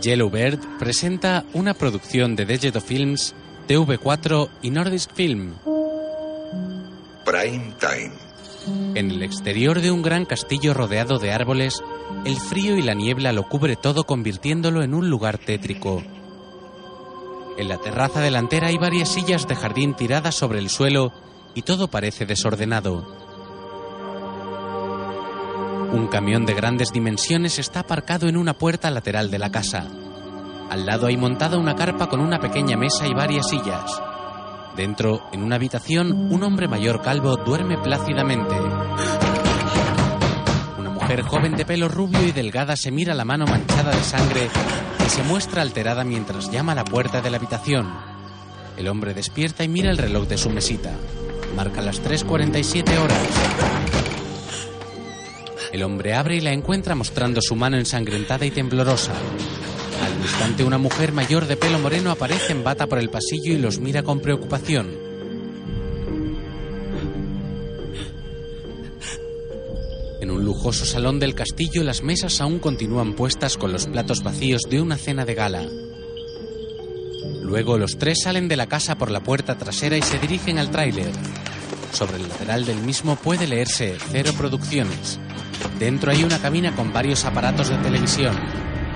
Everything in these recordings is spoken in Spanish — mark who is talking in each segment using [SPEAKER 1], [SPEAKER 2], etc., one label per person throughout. [SPEAKER 1] Yellowbird presenta una producción de Dejeto Films, TV4 y Nordisk Film.
[SPEAKER 2] Prime Time.
[SPEAKER 1] En el exterior de un gran castillo rodeado de árboles, el frío y la niebla lo cubre todo convirtiéndolo en un lugar tétrico. En la terraza delantera hay varias sillas de jardín tiradas sobre el suelo y todo parece desordenado. Un camión de grandes dimensiones está aparcado en una puerta lateral de la casa. Al lado hay montada una carpa con una pequeña mesa y varias sillas. Dentro, en una habitación, un hombre mayor calvo duerme plácidamente. Una mujer joven de pelo rubio y delgada se mira la mano manchada de sangre y se muestra alterada mientras llama a la puerta de la habitación. El hombre despierta y mira el reloj de su mesita. Marca las 3.47 horas. El hombre abre y la encuentra mostrando su mano ensangrentada y temblorosa. Al instante una mujer mayor de pelo moreno aparece en bata por el pasillo y los mira con preocupación. En un lujoso salón del castillo las mesas aún continúan puestas con los platos vacíos de una cena de gala. Luego los tres salen de la casa por la puerta trasera y se dirigen al tráiler. Sobre el lateral del mismo puede leerse Cero Producciones. Dentro hay una cabina con varios aparatos de televisión.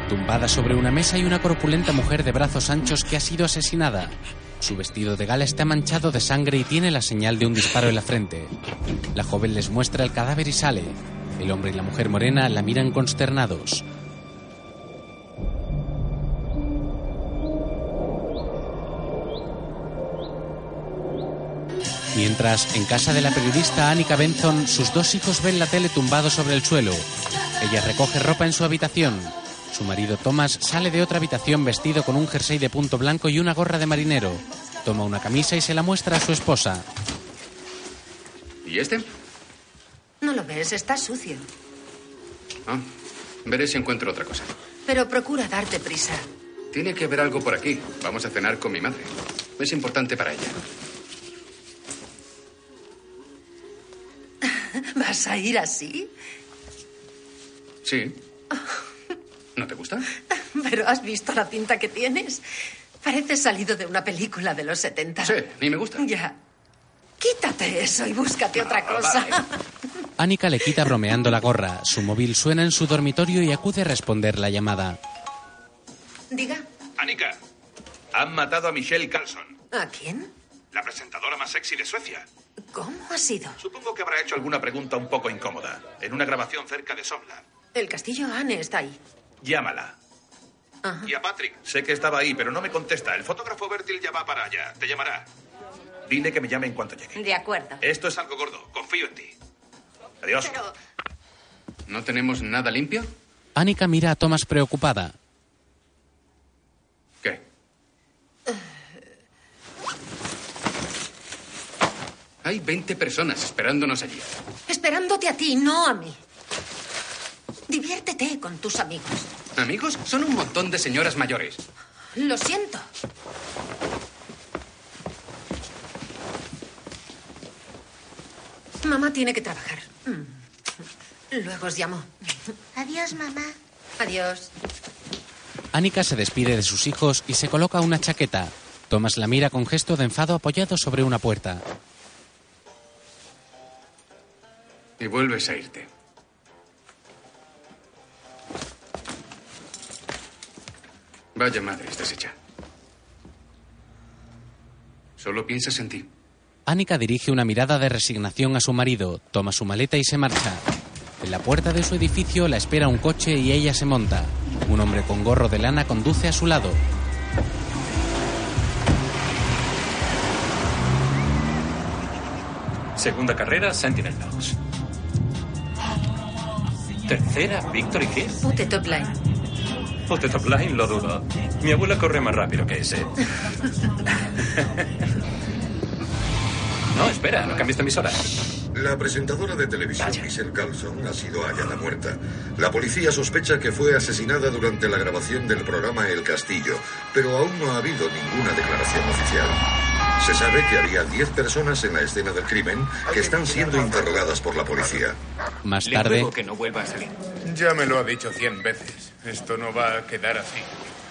[SPEAKER 1] Tumbada sobre una mesa hay una corpulenta mujer de brazos anchos que ha sido asesinada. Su vestido de gala está manchado de sangre y tiene la señal de un disparo en la frente. La joven les muestra el cadáver y sale. El hombre y la mujer morena la miran consternados. Mientras, en casa de la periodista Annika Benson, sus dos hijos ven la tele tumbado sobre el suelo. Ella recoge ropa en su habitación. Su marido Thomas sale de otra habitación vestido con un jersey de punto blanco y una gorra de marinero. Toma una camisa y se la muestra a su esposa.
[SPEAKER 2] ¿Y este?
[SPEAKER 3] No lo ves, está sucio.
[SPEAKER 2] Ah, veré si encuentro otra cosa.
[SPEAKER 3] Pero procura darte prisa.
[SPEAKER 2] Tiene que haber algo por aquí. Vamos a cenar con mi madre. Es importante para ella.
[SPEAKER 3] ¿Vas a ir así?
[SPEAKER 2] Sí. ¿No te gusta?
[SPEAKER 3] Pero has visto la pinta que tienes. Pareces salido de una película de los 70.
[SPEAKER 2] Sí, ni me gusta.
[SPEAKER 3] Ya. Quítate eso y búscate otra
[SPEAKER 2] Ah,
[SPEAKER 3] cosa.
[SPEAKER 2] vale.
[SPEAKER 1] Annika le quita bromeando la gorra. Su móvil suena en su dormitorio y acude a responder la llamada.
[SPEAKER 3] Diga,
[SPEAKER 4] Annika, han matado a Michelle Carlson,
[SPEAKER 3] ¿a quién?
[SPEAKER 4] la presentadora más sexy de Suecia.
[SPEAKER 3] ¿Cómo ha sido?
[SPEAKER 4] Supongo que habrá hecho alguna pregunta un poco incómoda en una grabación cerca de Sofla.
[SPEAKER 3] El castillo Anne está ahí.
[SPEAKER 4] Llámala.
[SPEAKER 3] Ajá.
[SPEAKER 4] Y a Patrick. Sé que estaba ahí, pero no me contesta. El fotógrafo Bertil ya va para allá. Te llamará. Dile que me llame en cuanto llegue.
[SPEAKER 3] De acuerdo.
[SPEAKER 4] Esto es algo gordo. Confío en ti. Adiós.
[SPEAKER 2] ¿No tenemos nada limpio?
[SPEAKER 1] Annika mira a Thomas preocupada.
[SPEAKER 2] ¿Qué? Hay 20 personas esperándonos allí.
[SPEAKER 3] Esperándote a ti, no a mí. Diviértete con tus amigos.
[SPEAKER 2] Amigos, son un montón de señoras mayores.
[SPEAKER 3] Lo siento. Mamá tiene que trabajar. Mm. Luego os llamo.
[SPEAKER 5] Adiós, mamá.
[SPEAKER 3] Adiós.
[SPEAKER 1] Annika se despide de sus hijos y se coloca una chaqueta. Thomas la mira con gesto de enfado apoyado sobre una puerta.
[SPEAKER 2] Y vuelves a irte. Vaya madre, estás hecha. Solo piensas en ti.
[SPEAKER 1] Annika dirige una mirada de resignación a su marido, toma su maleta y se marcha. En la puerta de su edificio la espera un coche y ella se monta. Un hombre con gorro de lana conduce a su lado.
[SPEAKER 6] Segunda carrera, Sentinel Dogs. Tercera, Victory Kiss.
[SPEAKER 3] Pute top line.
[SPEAKER 6] Puto top line, lo dudo. Mi abuela corre más rápido que ese. No, espera, no cambies de emisora.
[SPEAKER 7] La presentadora de televisión Michelle Carlson ha sido hallada muerta. La policía sospecha que fue asesinada durante la grabación del programa El Castillo, pero aún no ha habido ninguna declaración oficial. Se sabe que había 10 personas en la escena del crimen que están siendo interrogadas por la policía.
[SPEAKER 1] Más
[SPEAKER 8] Le
[SPEAKER 1] tarde,
[SPEAKER 8] ruego que no vuelva a salir.
[SPEAKER 9] Ya me lo ha dicho cien veces. Esto no va a quedar así.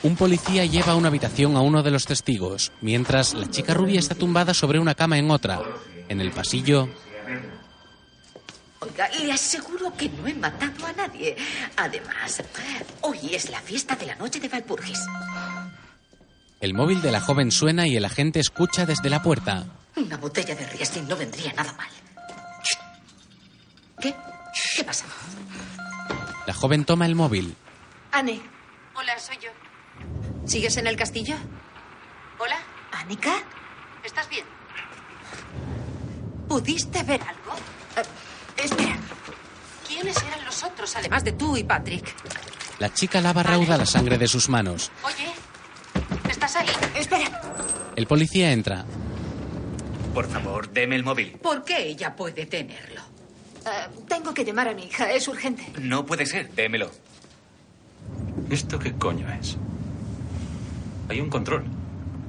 [SPEAKER 1] Un policía lleva a una habitación a uno de los testigos, mientras la chica rubia está tumbada sobre una cama en otra. En el pasillo,
[SPEAKER 3] Oiga, le aseguro que no he matado a nadie. Además, hoy es la fiesta de la noche de Valpurgis.
[SPEAKER 1] el móvil de la joven suena y el agente escucha desde la puerta.
[SPEAKER 3] Una botella de Riesling no vendría nada mal. ¿Qué? ¿Qué pasa?
[SPEAKER 1] La joven toma el móvil.
[SPEAKER 3] Anne,
[SPEAKER 10] Hola, soy yo.
[SPEAKER 3] ¿sigues en el castillo?
[SPEAKER 10] Hola,
[SPEAKER 3] ¿Anika?
[SPEAKER 10] ¿estás bien?
[SPEAKER 3] ¿Pudiste ver algo? Eh, espera,
[SPEAKER 10] ¿Quiénes eran los otros? Además,
[SPEAKER 3] además de tú y Patrick.
[SPEAKER 1] La chica lava rauda la sangre de sus manos.
[SPEAKER 10] oye, ¿estás ahí?
[SPEAKER 3] Espera,
[SPEAKER 1] El policía entra.
[SPEAKER 11] Por favor, deme el móvil.
[SPEAKER 3] ¿por qué ella puede tenerlo?
[SPEAKER 8] Eh, tengo que llamar a mi hija, es urgente.
[SPEAKER 11] No puede ser, démelo.
[SPEAKER 6] ¿Esto qué coño es? Hay un control.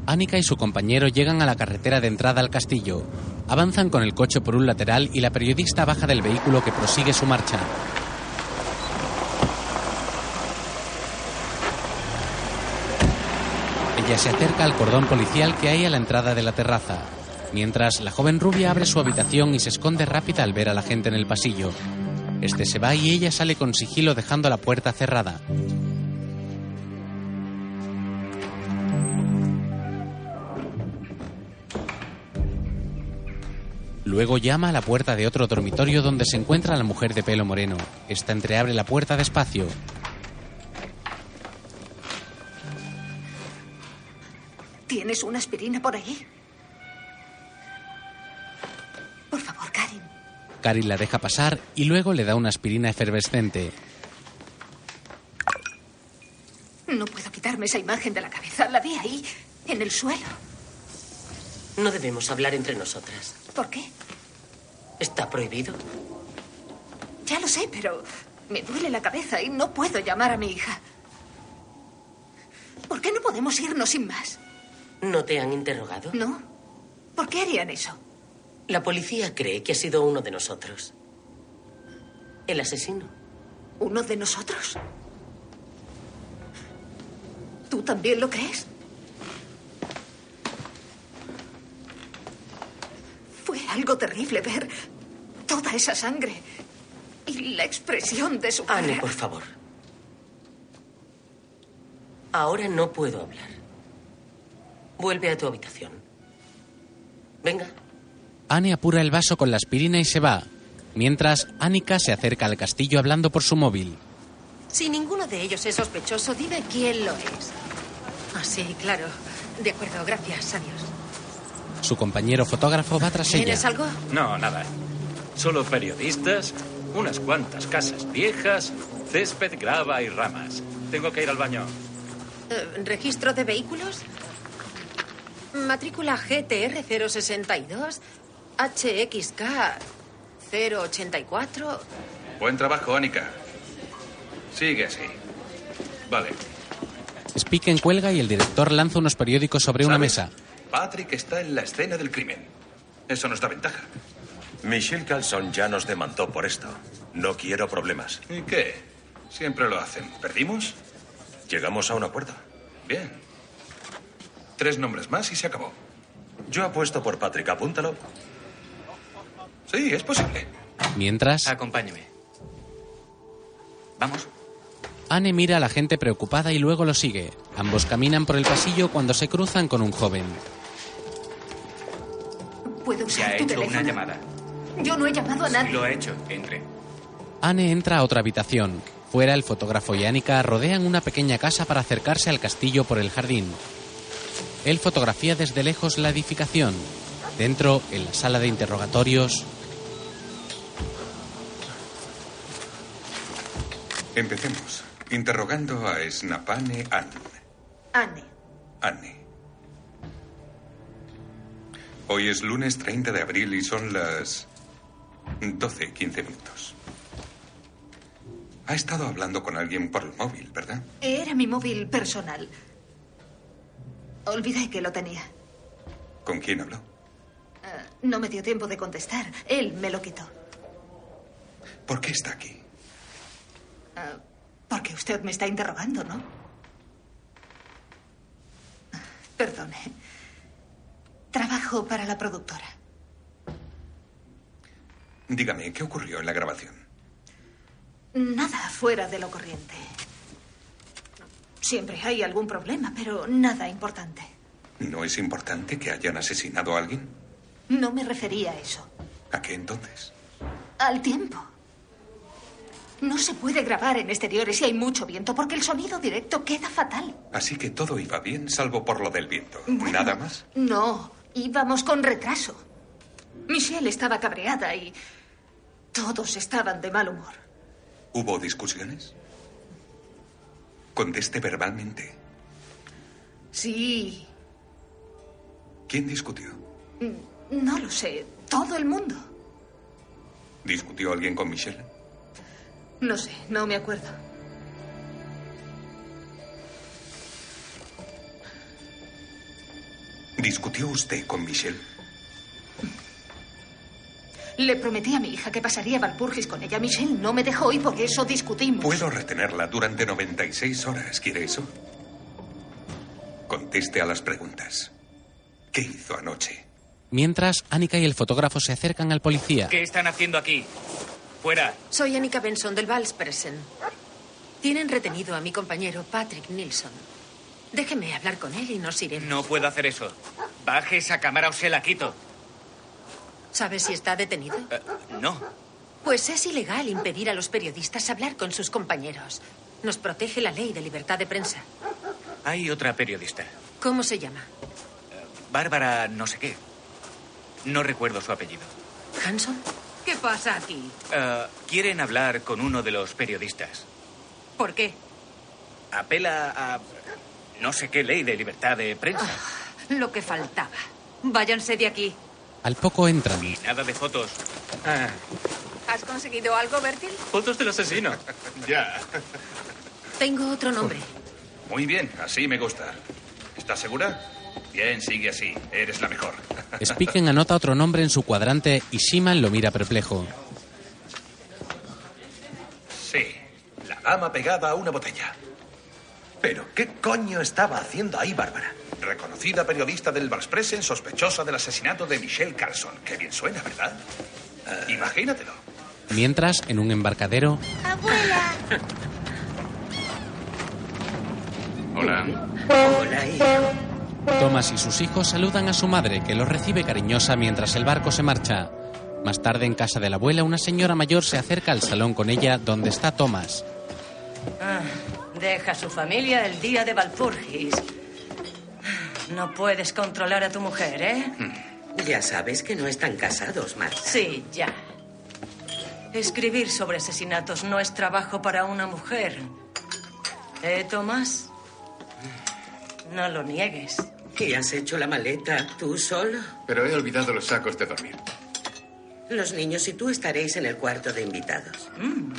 [SPEAKER 1] Annika y su compañero llegan a la carretera de entrada al castillo. Avanzan con el coche por un lateral y la periodista baja del vehículo que prosigue su marcha. Ella se acerca al cordón policial que hay a la entrada de la terraza, mientras la joven rubia abre su habitación y se esconde rápida al ver a la gente en el pasillo. Este se va y ella sale con sigilo dejando la puerta cerrada. Luego llama a la puerta de otro dormitorio donde se encuentra la mujer de pelo moreno. Esta entreabre la puerta despacio.
[SPEAKER 8] ¿Tienes una aspirina por ahí? Por favor, Karin.
[SPEAKER 1] Cari la deja pasar y luego le da una aspirina efervescente.
[SPEAKER 8] No puedo quitarme esa imagen de la cabeza. La vi ahí, en el suelo.
[SPEAKER 12] No debemos hablar entre nosotras.
[SPEAKER 8] ¿Por qué?
[SPEAKER 12] Está prohibido.
[SPEAKER 8] Ya lo sé, pero me duele la cabeza y no puedo llamar a mi hija. ¿Por qué no podemos irnos sin más?
[SPEAKER 12] ¿No te han interrogado?
[SPEAKER 8] ¿No? ¿Por qué harían eso?
[SPEAKER 12] La policía cree que ha sido uno de nosotros. El asesino.
[SPEAKER 8] ¿Uno de nosotros? ¿Tú también lo crees? Fue algo terrible ver toda esa sangre y la expresión de su
[SPEAKER 12] Anne,
[SPEAKER 8] cara.
[SPEAKER 12] por favor. Ahora no puedo hablar. Vuelve a tu habitación. Venga.
[SPEAKER 1] Anne apura el vaso con la aspirina y se va, mientras Annika se acerca al castillo hablando por su móvil.
[SPEAKER 3] Si ninguno de ellos es sospechoso, dime quién lo es. Ah, sí, claro. De acuerdo, gracias. Adiós.
[SPEAKER 1] Su compañero fotógrafo va tras ella.
[SPEAKER 3] ¿Tienes algo?
[SPEAKER 6] No, nada. Solo periodistas, unas cuantas casas viejas, césped, grava y ramas. Tengo que ir al baño.
[SPEAKER 3] Eh, ¿Registro de vehículos? Matrícula GTR 062, HXK 084.
[SPEAKER 4] Buen trabajo, Anika. Sigue así. Vale.
[SPEAKER 1] Spiken cuelga y el director lanza unos periódicos sobre una
[SPEAKER 4] ¿Sabes?
[SPEAKER 1] mesa.
[SPEAKER 4] Patrick está en la escena del crimen. Eso nos da ventaja.
[SPEAKER 13] Michelle Carlson ya nos demandó por esto. No quiero problemas.
[SPEAKER 4] ¿Y qué? Siempre lo hacen. ¿Perdimos?
[SPEAKER 13] Llegamos a un acuerdo.
[SPEAKER 4] Bien. Tres nombres más y se acabó.
[SPEAKER 13] Yo apuesto por Patrick, apúntalo.
[SPEAKER 4] Sí, es posible.
[SPEAKER 1] Mientras,
[SPEAKER 11] Acompáñeme. Vamos.
[SPEAKER 1] Anne mira a la gente preocupada y luego lo sigue. Ambos caminan por el pasillo cuando se cruzan con un joven.
[SPEAKER 8] ¿Puedo
[SPEAKER 11] Se
[SPEAKER 8] usar
[SPEAKER 11] ha
[SPEAKER 8] tu
[SPEAKER 11] hecho
[SPEAKER 8] teléfono?
[SPEAKER 11] una llamada.
[SPEAKER 8] Yo no he llamado a nadie.
[SPEAKER 11] Lo ha hecho. Entre.
[SPEAKER 1] Anne entra a otra habitación. Fuera, el fotógrafo y Annika rodean una pequeña casa para acercarse al castillo por el jardín. Él fotografía desde lejos la edificación. Dentro, en la sala de interrogatorios,
[SPEAKER 4] Empecemos. Interrogando a Snapane Ann.
[SPEAKER 8] Anne,
[SPEAKER 4] Anne. Hoy es lunes 30 de abril y son las 12, 15 minutos. Ha estado hablando con alguien por el móvil, ¿verdad?
[SPEAKER 8] era mi móvil personal. Olvidé que lo tenía.
[SPEAKER 4] ¿Con quién habló?
[SPEAKER 8] Eh, no me dio tiempo de contestar. Él me lo quitó.
[SPEAKER 4] ¿Por qué está aquí?
[SPEAKER 8] Ah, Porque usted me está interrogando, ¿no? Perdone. Trabajo para la productora.
[SPEAKER 4] Dígame, ¿qué ocurrió en la grabación?
[SPEAKER 8] Nada fuera de lo corriente. Siempre hay algún problema, pero nada importante.
[SPEAKER 4] ¿No es importante que hayan asesinado a alguien?
[SPEAKER 8] No me refería a eso.
[SPEAKER 4] ¿A qué entonces?
[SPEAKER 8] Al tiempo. No se puede grabar en exteriores si hay mucho viento porque el sonido directo queda fatal.
[SPEAKER 4] Así que todo iba bien, salvo por lo del viento. ¿Nada más?
[SPEAKER 8] No, íbamos con retraso. Michelle estaba cabreada y todos estaban de mal humor.
[SPEAKER 4] ¿Hubo discusiones? Conteste verbalmente.
[SPEAKER 8] Sí,
[SPEAKER 4] ¿Quién discutió?
[SPEAKER 8] no lo sé, todo el mundo.
[SPEAKER 4] ¿Discutió alguien con Michelle?
[SPEAKER 8] No sé, no me acuerdo.
[SPEAKER 4] ¿Discutió usted con Michelle?
[SPEAKER 8] Le prometí a mi hija que pasaría Valpurgis con ella. Michelle no me dejó y por eso discutimos.
[SPEAKER 4] Puedo retenerla durante 96 horas. ¿Quiere eso? Conteste a las preguntas. ¿Qué hizo anoche?
[SPEAKER 1] Mientras, Annika y el fotógrafo se acercan al policía.
[SPEAKER 11] ¿Qué están haciendo aquí? Fuera.
[SPEAKER 3] Soy Annika Benson del Vals Presen. Tienen retenido a mi compañero Patrick Nilsson. Déjeme hablar con él y nos iremos.
[SPEAKER 11] No puedo hacer eso. Baje esa cámara o se la quito. Eh,
[SPEAKER 3] ¿Sabes si está detenido?
[SPEAKER 11] No.
[SPEAKER 3] Pues es ilegal impedir a los periodistas hablar con sus compañeros. Nos protege la ley de libertad de prensa.
[SPEAKER 11] Hay otra periodista.
[SPEAKER 3] ¿Cómo se llama?
[SPEAKER 11] Bárbara no sé qué. No recuerdo su apellido.
[SPEAKER 3] ¿Hanson? ¿Qué pasa aquí?
[SPEAKER 11] Eh, quieren hablar con uno de los periodistas.
[SPEAKER 3] ¿Por qué?
[SPEAKER 11] Apela a no sé qué ley de libertad de prensa.
[SPEAKER 3] Lo que faltaba. Váyanse de aquí.
[SPEAKER 1] Al poco entran.
[SPEAKER 11] Y nada de fotos.
[SPEAKER 5] ¿Has conseguido algo, Bertil?
[SPEAKER 11] Fotos del asesino.
[SPEAKER 4] Ya.
[SPEAKER 3] Tengo otro nombre.
[SPEAKER 14] Muy bien, así me gusta. ¿Estás segura? Bien, sigue así. Eres la mejor.
[SPEAKER 1] Spiken anota otro nombre en su cuadrante y Shiman lo mira perplejo.
[SPEAKER 15] Sí, la dama pegada a una botella. Pero, ¿qué coño estaba haciendo ahí Bárbara? Reconocida periodista del Vals Presen, sospechosa del asesinato de Michelle Carlson. Qué bien suena, ¿verdad?
[SPEAKER 12] Eh.
[SPEAKER 15] Imagínatelo.
[SPEAKER 1] Mientras, en un embarcadero,
[SPEAKER 5] Abuela.
[SPEAKER 16] Hola.
[SPEAKER 5] Hola,
[SPEAKER 1] Thomas y sus hijos saludan a su madre, que los recibe cariñosa mientras el barco se marcha. Más tarde, en casa de la abuela, una señora mayor se acerca al salón con ella, donde está Thomas.
[SPEAKER 17] Ah, Deja a su familia el día de Valpurgis. No puedes controlar a tu mujer, ¿eh?
[SPEAKER 18] Ya sabes que no están casados, Marta.
[SPEAKER 17] Sí, ya. Escribir sobre asesinatos no es trabajo para una mujer. ¿Eh, Tomás? No lo niegues.
[SPEAKER 18] ¿Y has hecho la maleta tú solo?
[SPEAKER 16] Pero he olvidado los sacos de dormir.
[SPEAKER 18] Los niños y tú estaréis en el cuarto de invitados. Mm.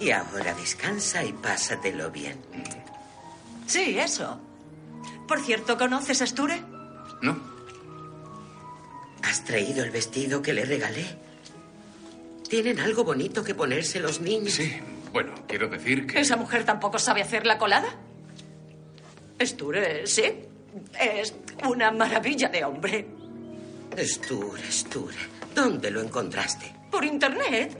[SPEAKER 18] Y ahora descansa y pásatelo bien.
[SPEAKER 17] Sí, eso. Por cierto, ¿conoces a Sture?
[SPEAKER 18] ¿Has traído el vestido que le regalé? ¿Tienen algo bonito que ponerse los niños? Sí.
[SPEAKER 16] Bueno, quiero decir que...
[SPEAKER 17] ¿Esa mujer tampoco sabe hacer la colada? Sture, sí. Es una maravilla de hombre.
[SPEAKER 18] Estura, estura. ¿Dónde lo encontraste?
[SPEAKER 17] Por internet.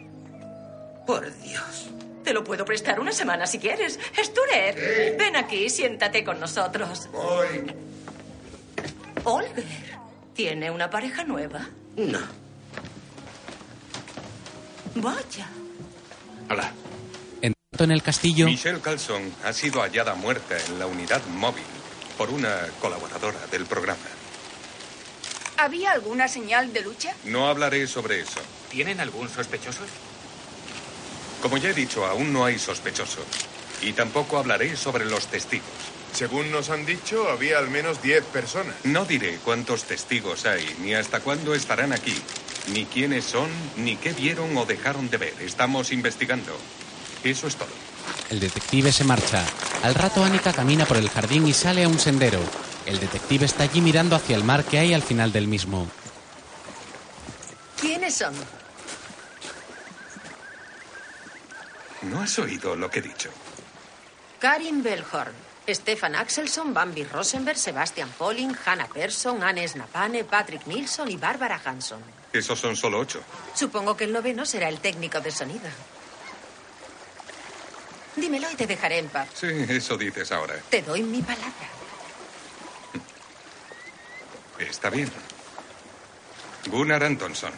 [SPEAKER 18] Por Dios.
[SPEAKER 17] Te lo puedo prestar una semana si quieres. Sturet, ven aquí, siéntate con nosotros.
[SPEAKER 18] Voy.
[SPEAKER 17] Olger, ¿tiene una pareja nueva?
[SPEAKER 18] No.
[SPEAKER 17] Vaya.
[SPEAKER 16] Hola.
[SPEAKER 1] Entrando en el castillo,
[SPEAKER 4] Michelle Carlson ha sido hallada muerta en la unidad móvil por una colaboradora del programa.
[SPEAKER 5] ¿Había alguna señal de lucha?
[SPEAKER 4] No hablaré sobre eso.
[SPEAKER 11] ¿Tienen algún sospechoso?
[SPEAKER 4] Como ya he dicho, aún no hay sospechosos. Y tampoco hablaré sobre los testigos.
[SPEAKER 19] Según nos han dicho, había al menos 10 personas.
[SPEAKER 4] No diré cuántos testigos hay, ni hasta cuándo estarán aquí, ni quiénes son, ni qué vieron o dejaron de ver. Estamos investigando. Eso es todo.
[SPEAKER 1] el detective se marcha. Al rato, Annika camina por el jardín y sale a un sendero. El detective está allí mirando hacia el mar que hay al final del mismo.
[SPEAKER 3] ¿Quiénes son?
[SPEAKER 4] ¿No has oído lo que he dicho?
[SPEAKER 3] Karin Bellhorn, Stefan Axelson, Bambi Rosenberg, Sebastian Polling, Hannah Persson, Anne Snapane, Patrick Nilsson y Barbara Hanson.
[SPEAKER 15] Esos son solo ocho.
[SPEAKER 3] Supongo que el noveno será el técnico de sonido. Dímelo y te dejaré en paz.
[SPEAKER 15] Sí, eso dices ahora.
[SPEAKER 3] Te doy mi palabra.
[SPEAKER 15] Está bien. Gunnar Antonson,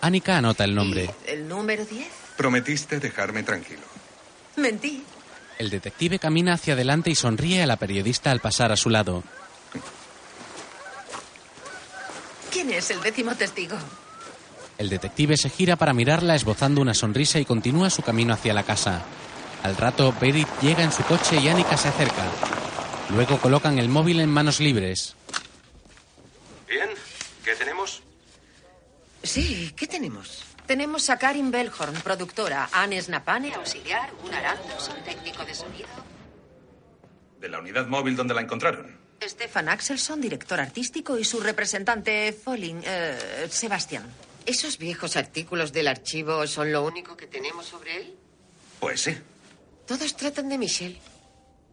[SPEAKER 1] Annika anota el nombre.
[SPEAKER 3] ¿El número 10?
[SPEAKER 15] prometiste dejarme tranquilo.
[SPEAKER 3] Mentí.
[SPEAKER 1] El detective camina hacia adelante y sonríe a la periodista al pasar a su lado.
[SPEAKER 3] ¿Quién es el décimo testigo?
[SPEAKER 1] El detective se gira para mirarla esbozando una sonrisa y continúa su camino hacia la casa. Al rato, Berit llega en su coche y Annika se acerca. Luego colocan el móvil en manos libres.
[SPEAKER 13] Bien, ¿qué tenemos?
[SPEAKER 3] Sí, ¿qué tenemos? Tenemos a Karin Belhorn, productora, Anne Snapane, auxiliar, Gunnar Anderson, técnico de sonido,
[SPEAKER 15] De la unidad móvil donde la encontraron.
[SPEAKER 3] Stefan Axelson, director artístico, y su representante, Folling, eh, Sebastián.
[SPEAKER 12] ¿Esos viejos artículos del archivo son lo único que tenemos sobre él?
[SPEAKER 15] Pues sí.
[SPEAKER 12] Todos tratan de Michelle.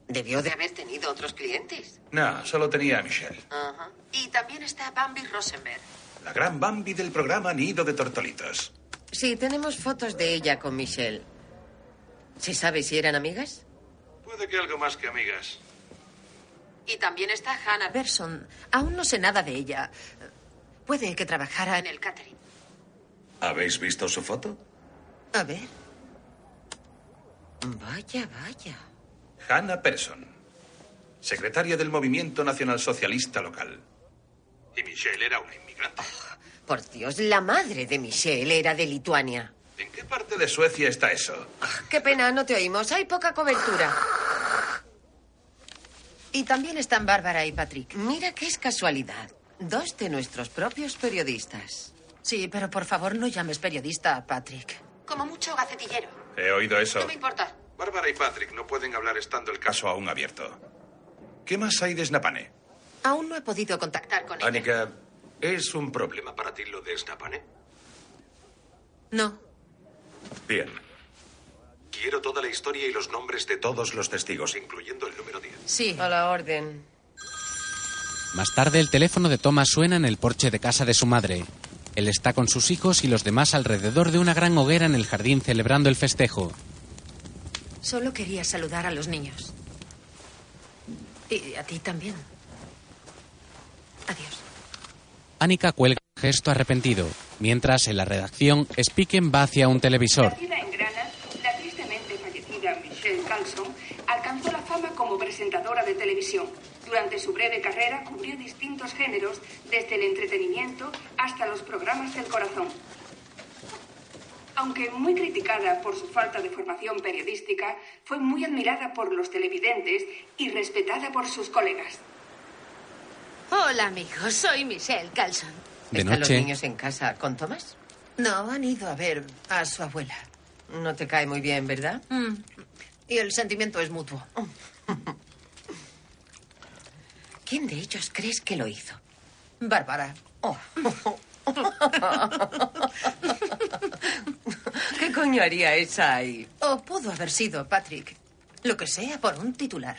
[SPEAKER 12] Debió de haber tenido otros clientes.
[SPEAKER 15] No, solo tenía a Michelle.
[SPEAKER 12] Ajá. Y también está Bambi Rosenberg.
[SPEAKER 15] La gran Bambi del programa Nido de Tortolitos.
[SPEAKER 12] Sí, tenemos fotos de ella con Michelle. ¿Se sabe si eran amigas?
[SPEAKER 13] Puede que algo más que amigas.
[SPEAKER 3] Y también está Hannah Berson. Aún no sé nada de ella. Eh, Puede que trabajara en el catering.
[SPEAKER 20] ¿Habéis visto su foto?
[SPEAKER 3] A ver.
[SPEAKER 12] Vaya, vaya.
[SPEAKER 15] Hannah Persson, secretaria del Movimiento Nacional Socialista Local.
[SPEAKER 13] Y Michelle era una inmigrante.
[SPEAKER 12] Por Dios, la madre de Michelle era de Lituania.
[SPEAKER 15] ¿En qué parte de Suecia está eso?
[SPEAKER 12] Qué pena, no te oímos. Hay poca cobertura.
[SPEAKER 3] Y también están Bárbara y Patrick.
[SPEAKER 12] Mira qué es casualidad. Dos de nuestros propios periodistas.
[SPEAKER 3] Sí, pero por favor no llames periodista a Patrick.
[SPEAKER 12] Como mucho gacetillero.
[SPEAKER 15] He oído eso.
[SPEAKER 12] importa.
[SPEAKER 13] Bárbara y Patrick no pueden hablar estando el caso.
[SPEAKER 15] Caso aún abierto. ¿Qué más hay de Snapane?
[SPEAKER 3] Aún no he podido contactar con él.
[SPEAKER 13] Annika, ¿es un problema para ti lo de Snapane?
[SPEAKER 3] No.
[SPEAKER 13] Bien. Quiero toda la historia y los nombres de todos los testigos, incluyendo el número 10.
[SPEAKER 12] Sí. A la orden.
[SPEAKER 1] Más tarde, el teléfono de Thomas suena en el porche de casa de su madre. Él está con sus hijos y los demás alrededor de una gran hoguera en el jardín celebrando el festejo.
[SPEAKER 3] Solo quería saludar a los niños. Y a ti también. Adiós.
[SPEAKER 1] Annika cuelga un gesto arrepentido, mientras en la redacción Spiken va hacia un televisor.
[SPEAKER 5] Nacida en Granada, la tristemente fallecida Michelle Carlson alcanzó la fama como presentadora de televisión. Durante su breve carrera cubrió distintos géneros, desde el entretenimiento hasta los programas del corazón. Aunque muy criticada por su falta de formación periodística, fue muy admirada por los televidentes y respetada por sus colegas.
[SPEAKER 3] Hola, amigos. Soy Michelle Carlson.
[SPEAKER 1] De
[SPEAKER 12] ¿Están
[SPEAKER 1] noche.
[SPEAKER 12] los niños en casa con Tomás?
[SPEAKER 3] No, han ido a ver a su abuela.
[SPEAKER 12] No te cae muy bien, ¿verdad?
[SPEAKER 3] Mm. Y el sentimiento es mutuo.
[SPEAKER 12] ¿Quién de ellos crees que lo hizo? Oh.
[SPEAKER 3] Bárbara.
[SPEAKER 12] ¿Qué coño haría esa ahí?
[SPEAKER 3] O pudo haber sido Patrick. Lo que sea por un titular.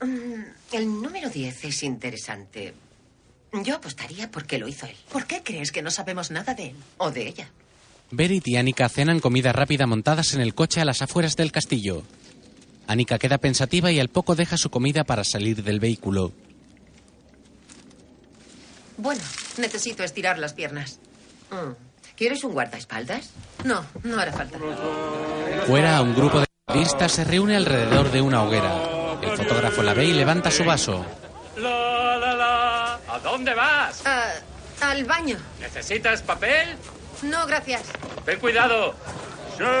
[SPEAKER 12] Mm, El número 10 es interesante. Yo apostaría porque lo hizo él.
[SPEAKER 3] ¿Por qué crees que no sabemos nada de él?
[SPEAKER 12] O de ella.
[SPEAKER 1] Berit y Annika cenan comida rápida montadas en el coche a las afueras del castillo. Annika queda pensativa y al poco deja su comida para salir del vehículo.
[SPEAKER 3] Bueno, necesito estirar las piernas.
[SPEAKER 12] Mm. ¿Quieres un guardaespaldas?
[SPEAKER 3] No, no hará falta.
[SPEAKER 1] Fuera, un grupo de periodistas se reúne alrededor de una hoguera. El fotógrafo la ve y levanta su vaso.
[SPEAKER 21] La, la, la. ¿A dónde vas?
[SPEAKER 3] Ah, al baño.
[SPEAKER 21] ¿Necesitas papel?
[SPEAKER 3] No, gracias.
[SPEAKER 21] Ten cuidado.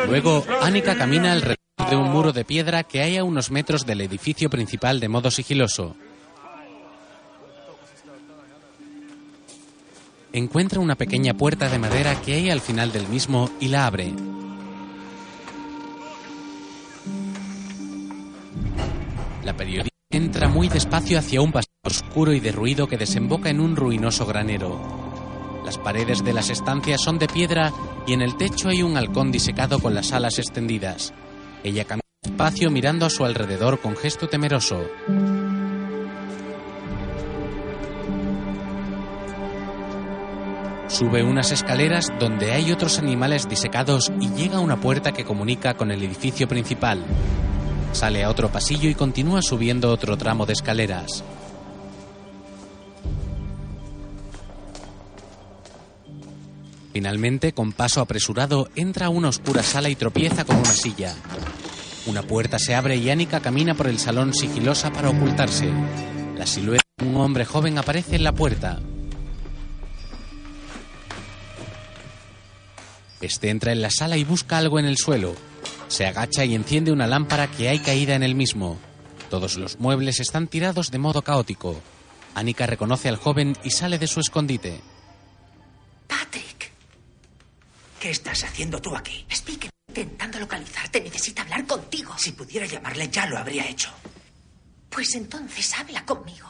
[SPEAKER 1] Luego, Annika camina alrededor de un muro de piedra que hay a unos metros del edificio principal de modo sigiloso. Encuentra una pequeña puerta de madera que hay al final del mismo y la abre. La periodista entra muy despacio hacia un pasillo oscuro y derruido que desemboca en un ruinoso granero. Las paredes de las estancias son de piedra y en el techo hay un halcón disecado con las alas extendidas. Ella camina Pacio mirando a su alrededor con gesto temeroso. Sube unas escaleras donde hay otros animales disecados y llega a una puerta que comunica con el edificio principal. Sale a otro pasillo y continúa subiendo otro tramo de escaleras. Finalmente, con paso apresurado, entra a una oscura sala y tropieza con una silla. Una puerta se abre y Annika camina por el salón sigilosa para ocultarse. La silueta de un hombre joven aparece en la puerta. Este entra en la sala y busca algo en el suelo. Se agacha y enciende una lámpara que hay caída en el mismo. Todos los muebles están tirados de modo caótico. Annika reconoce al joven y sale de su escondite.
[SPEAKER 11] ¿Qué estás haciendo tú aquí?
[SPEAKER 8] Speak, intentando localizarte, necesita hablar contigo.
[SPEAKER 11] Si pudiera llamarle, ya lo habría hecho.
[SPEAKER 8] Pues entonces habla conmigo.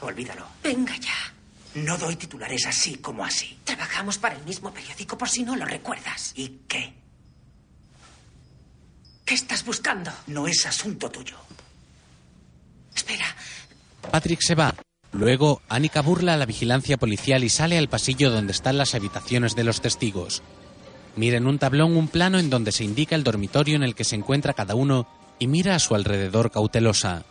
[SPEAKER 11] Olvídalo.
[SPEAKER 8] Venga ya.
[SPEAKER 11] No doy titulares así como así.
[SPEAKER 8] Trabajamos para el mismo periódico, por si no lo recuerdas.
[SPEAKER 11] ¿Y qué?
[SPEAKER 8] ¿Qué estás buscando?
[SPEAKER 11] No es asunto tuyo.
[SPEAKER 8] Espera.
[SPEAKER 1] Patrick se va. Luego, Annika burla a la vigilancia policial y sale al pasillo donde están las habitaciones de los testigos. Mira en un tablón un plano en donde se indica el dormitorio en el que se encuentra cada uno y mira a su alrededor cautelosa.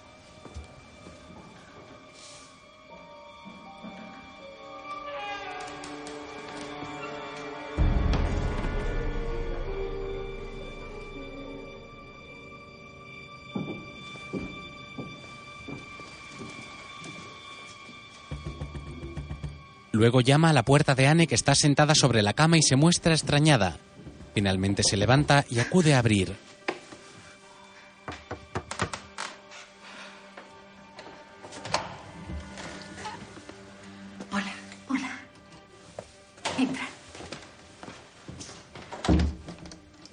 [SPEAKER 1] Luego llama a la puerta de Anne que está sentada sobre la cama y se muestra extrañada. Finalmente se levanta y acude a abrir.
[SPEAKER 8] Hola, hola. Entra.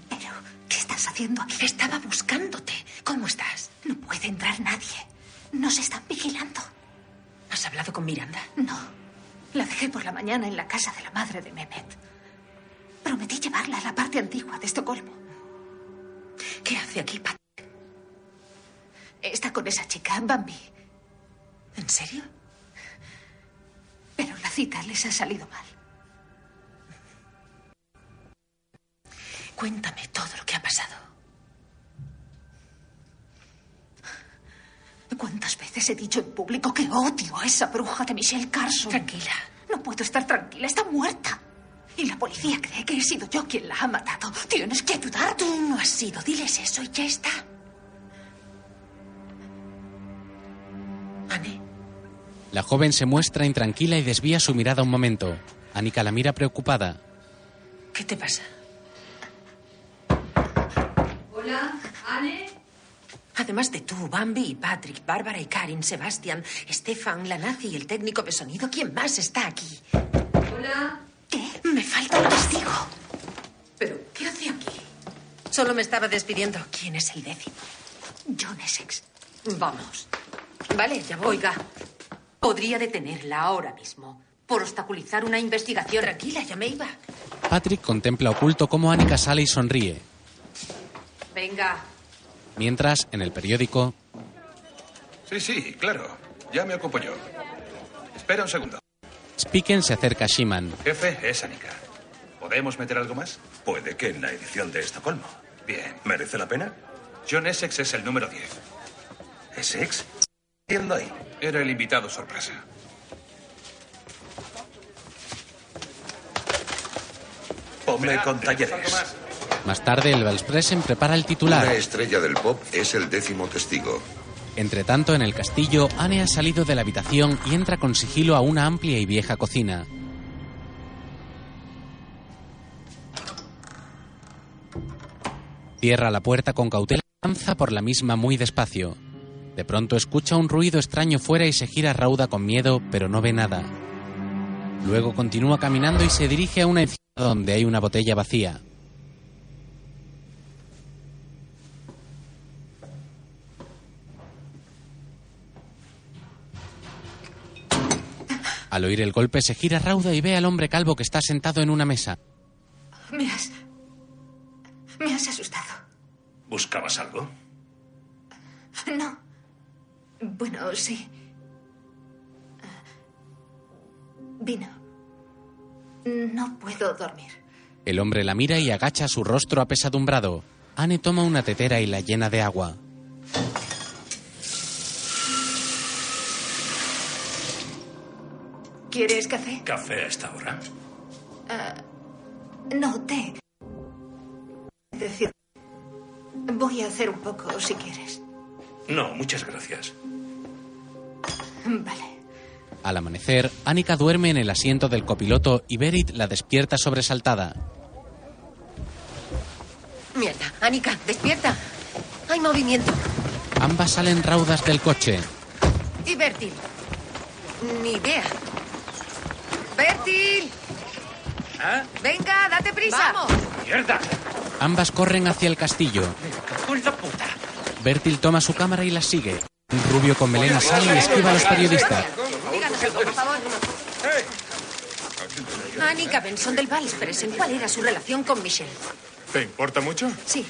[SPEAKER 8] Pero, ¿qué estás haciendo? Estaba buscándote. ¿Cómo estás? No puede entrar nadie. Nos están vigilando.
[SPEAKER 3] ¿Has hablado con Miranda?
[SPEAKER 8] No. La dejé por la mañana en la casa de la madre de Mehmet. Prometí llevarla a la parte antigua de Estocolmo.
[SPEAKER 3] ¿Qué hace aquí, Pat?
[SPEAKER 8] Está con esa chica, Bambi.
[SPEAKER 3] ¿En serio?
[SPEAKER 8] Pero la cita les ha salido mal.
[SPEAKER 3] Cuéntame todo lo que ha pasado.
[SPEAKER 8] ¿Cuántas veces he dicho en público que odio a esa bruja de Michelle Carson?
[SPEAKER 3] Tranquila.
[SPEAKER 8] No puedo estar tranquila, está muerta. Y la policía cree que he sido yo quien la ha matado. Tienes que ayudar.
[SPEAKER 3] Tú no has sido. Diles eso y ya está. Anne.
[SPEAKER 1] La joven se muestra intranquila y desvía su mirada un momento. Annika la mira preocupada.
[SPEAKER 3] ¿Qué te pasa?
[SPEAKER 9] Hola, Anne.
[SPEAKER 3] Además de tú, Bambi y Patrick, Bárbara y Karin, Sebastián, Stefan, la nazi y el técnico de sonido, ¿quién más está aquí?
[SPEAKER 9] Hola.
[SPEAKER 3] ¿Qué? Me falta un testigo.
[SPEAKER 9] ¿Pero qué hace aquí?
[SPEAKER 3] Solo me estaba despidiendo. ¿Quién es el décimo?
[SPEAKER 8] John Essex.
[SPEAKER 3] Vamos. Vale, ya voy.
[SPEAKER 9] Oiga, podría detenerla ahora mismo por obstaculizar una investigación.
[SPEAKER 3] Tranquila, ya me iba.
[SPEAKER 1] Patrick contempla oculto cómo Annika sale y sonríe.
[SPEAKER 9] Venga,
[SPEAKER 1] Mientras, en el periódico.
[SPEAKER 15] Sí, sí, claro. Ya me ocupo yo. Espera un segundo.
[SPEAKER 1] Spiken se acerca a Shiman.
[SPEAKER 15] Jefe, es Anika. ¿Podemos meter algo más?
[SPEAKER 6] Puede que en la edición de Estocolmo.
[SPEAKER 15] Bien.
[SPEAKER 6] ¿Merece la pena?
[SPEAKER 15] John Essex es el número 10.
[SPEAKER 6] ¿Essex? ¿Quién ahí?
[SPEAKER 15] Era el invitado sorpresa.
[SPEAKER 6] Ponme con talleres.
[SPEAKER 1] Más tarde, el Valspresen prepara el titular.
[SPEAKER 7] Una estrella del pop es el décimo testigo.
[SPEAKER 1] Entre tanto, en el castillo, Anne ha salido de la habitación y entra con sigilo a una amplia y vieja cocina. Cierra la puerta con cautela y avanza por la misma muy despacio. De pronto escucha un ruido extraño fuera y se gira rauda con miedo, pero no ve nada. Luego continúa caminando y se dirige a una encina donde hay una botella vacía. Al oír el golpe se gira rauda y ve al hombre calvo que está sentado en una mesa.
[SPEAKER 8] Me has... Me has asustado.
[SPEAKER 6] ¿Buscabas algo?
[SPEAKER 9] No. Bueno, sí. Vino. No puedo dormir.
[SPEAKER 1] El hombre la mira y agacha su rostro apesadumbrado. Anne toma una tetera y la llena de agua.
[SPEAKER 9] ¿Quieres café?
[SPEAKER 6] ¿Café a esta hora?
[SPEAKER 8] Eh,
[SPEAKER 9] Ah, no, té. Es Decir, voy a hacer un poco si quieres.
[SPEAKER 6] No, muchas gracias.
[SPEAKER 9] Vale.
[SPEAKER 1] Al amanecer, Annika duerme en el asiento del copiloto y Berit la despierta sobresaltada.
[SPEAKER 22] Mierda, Anika, despierta. Hay movimiento.
[SPEAKER 1] Ambas salen raudas del coche.
[SPEAKER 22] Y Bertil. Ni idea. Bertil.
[SPEAKER 5] Venga, date prisa. Vamos.
[SPEAKER 6] ¡Mierda!
[SPEAKER 1] Ambas corren hacia el castillo. Bertil toma su cámara y la sigue. Un rubio con melena sale y esquiva a los periodistas.
[SPEAKER 3] Díganos algo, por favor. Annika Benson del Valls Presen, ¿cuál era su relación con Michelle?
[SPEAKER 23] ¿Te importa mucho?
[SPEAKER 3] Sí.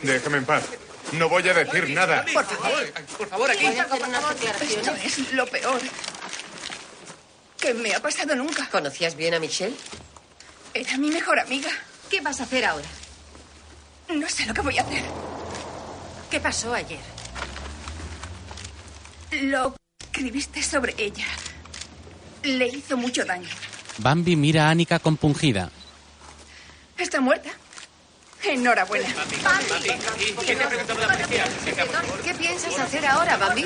[SPEAKER 23] Déjame en paz. No voy a decir nada.
[SPEAKER 5] Por favor.
[SPEAKER 22] Por favor, aquí.
[SPEAKER 5] Por favor, Esto es lo peor que me ha pasado nunca.
[SPEAKER 22] ¿Conocías bien a Michelle?
[SPEAKER 5] Era mi mejor amiga.
[SPEAKER 3] ¿Qué vas a hacer ahora?
[SPEAKER 5] No sé lo que voy a hacer.
[SPEAKER 3] ¿Qué pasó ayer?
[SPEAKER 5] Lo que escribiste sobre ella le hizo mucho daño.
[SPEAKER 1] Bambi mira a Annika compungida.
[SPEAKER 5] Está muerta. Enhorabuena.
[SPEAKER 3] ¿Qué piensas hacer ahora, Bambi?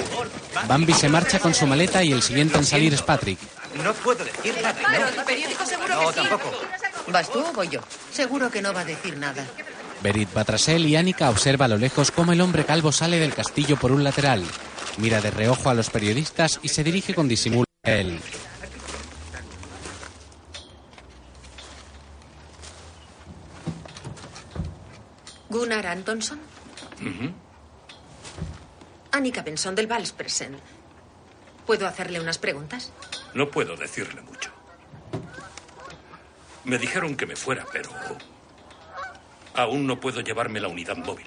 [SPEAKER 1] Bambi se marcha con su maleta y el siguiente en salir es Patrick.
[SPEAKER 15] No puedo decir nada.
[SPEAKER 22] Pero el periódico seguro
[SPEAKER 15] No, tampoco.
[SPEAKER 22] ¿Vas tú o voy yo? Seguro que no va a decir nada.
[SPEAKER 1] Berit va tras él y Annika observa a lo lejos cómo el hombre calvo sale del castillo por un lateral. Mira de reojo a los periodistas y se dirige con disimulo a él.
[SPEAKER 3] Gunnar Antonson. Annika Benson del Valls Presen. ¿Puedo hacerle unas preguntas?
[SPEAKER 6] No puedo decirle mucho. Me dijeron que me fuera, pero aún no puedo llevarme la unidad móvil.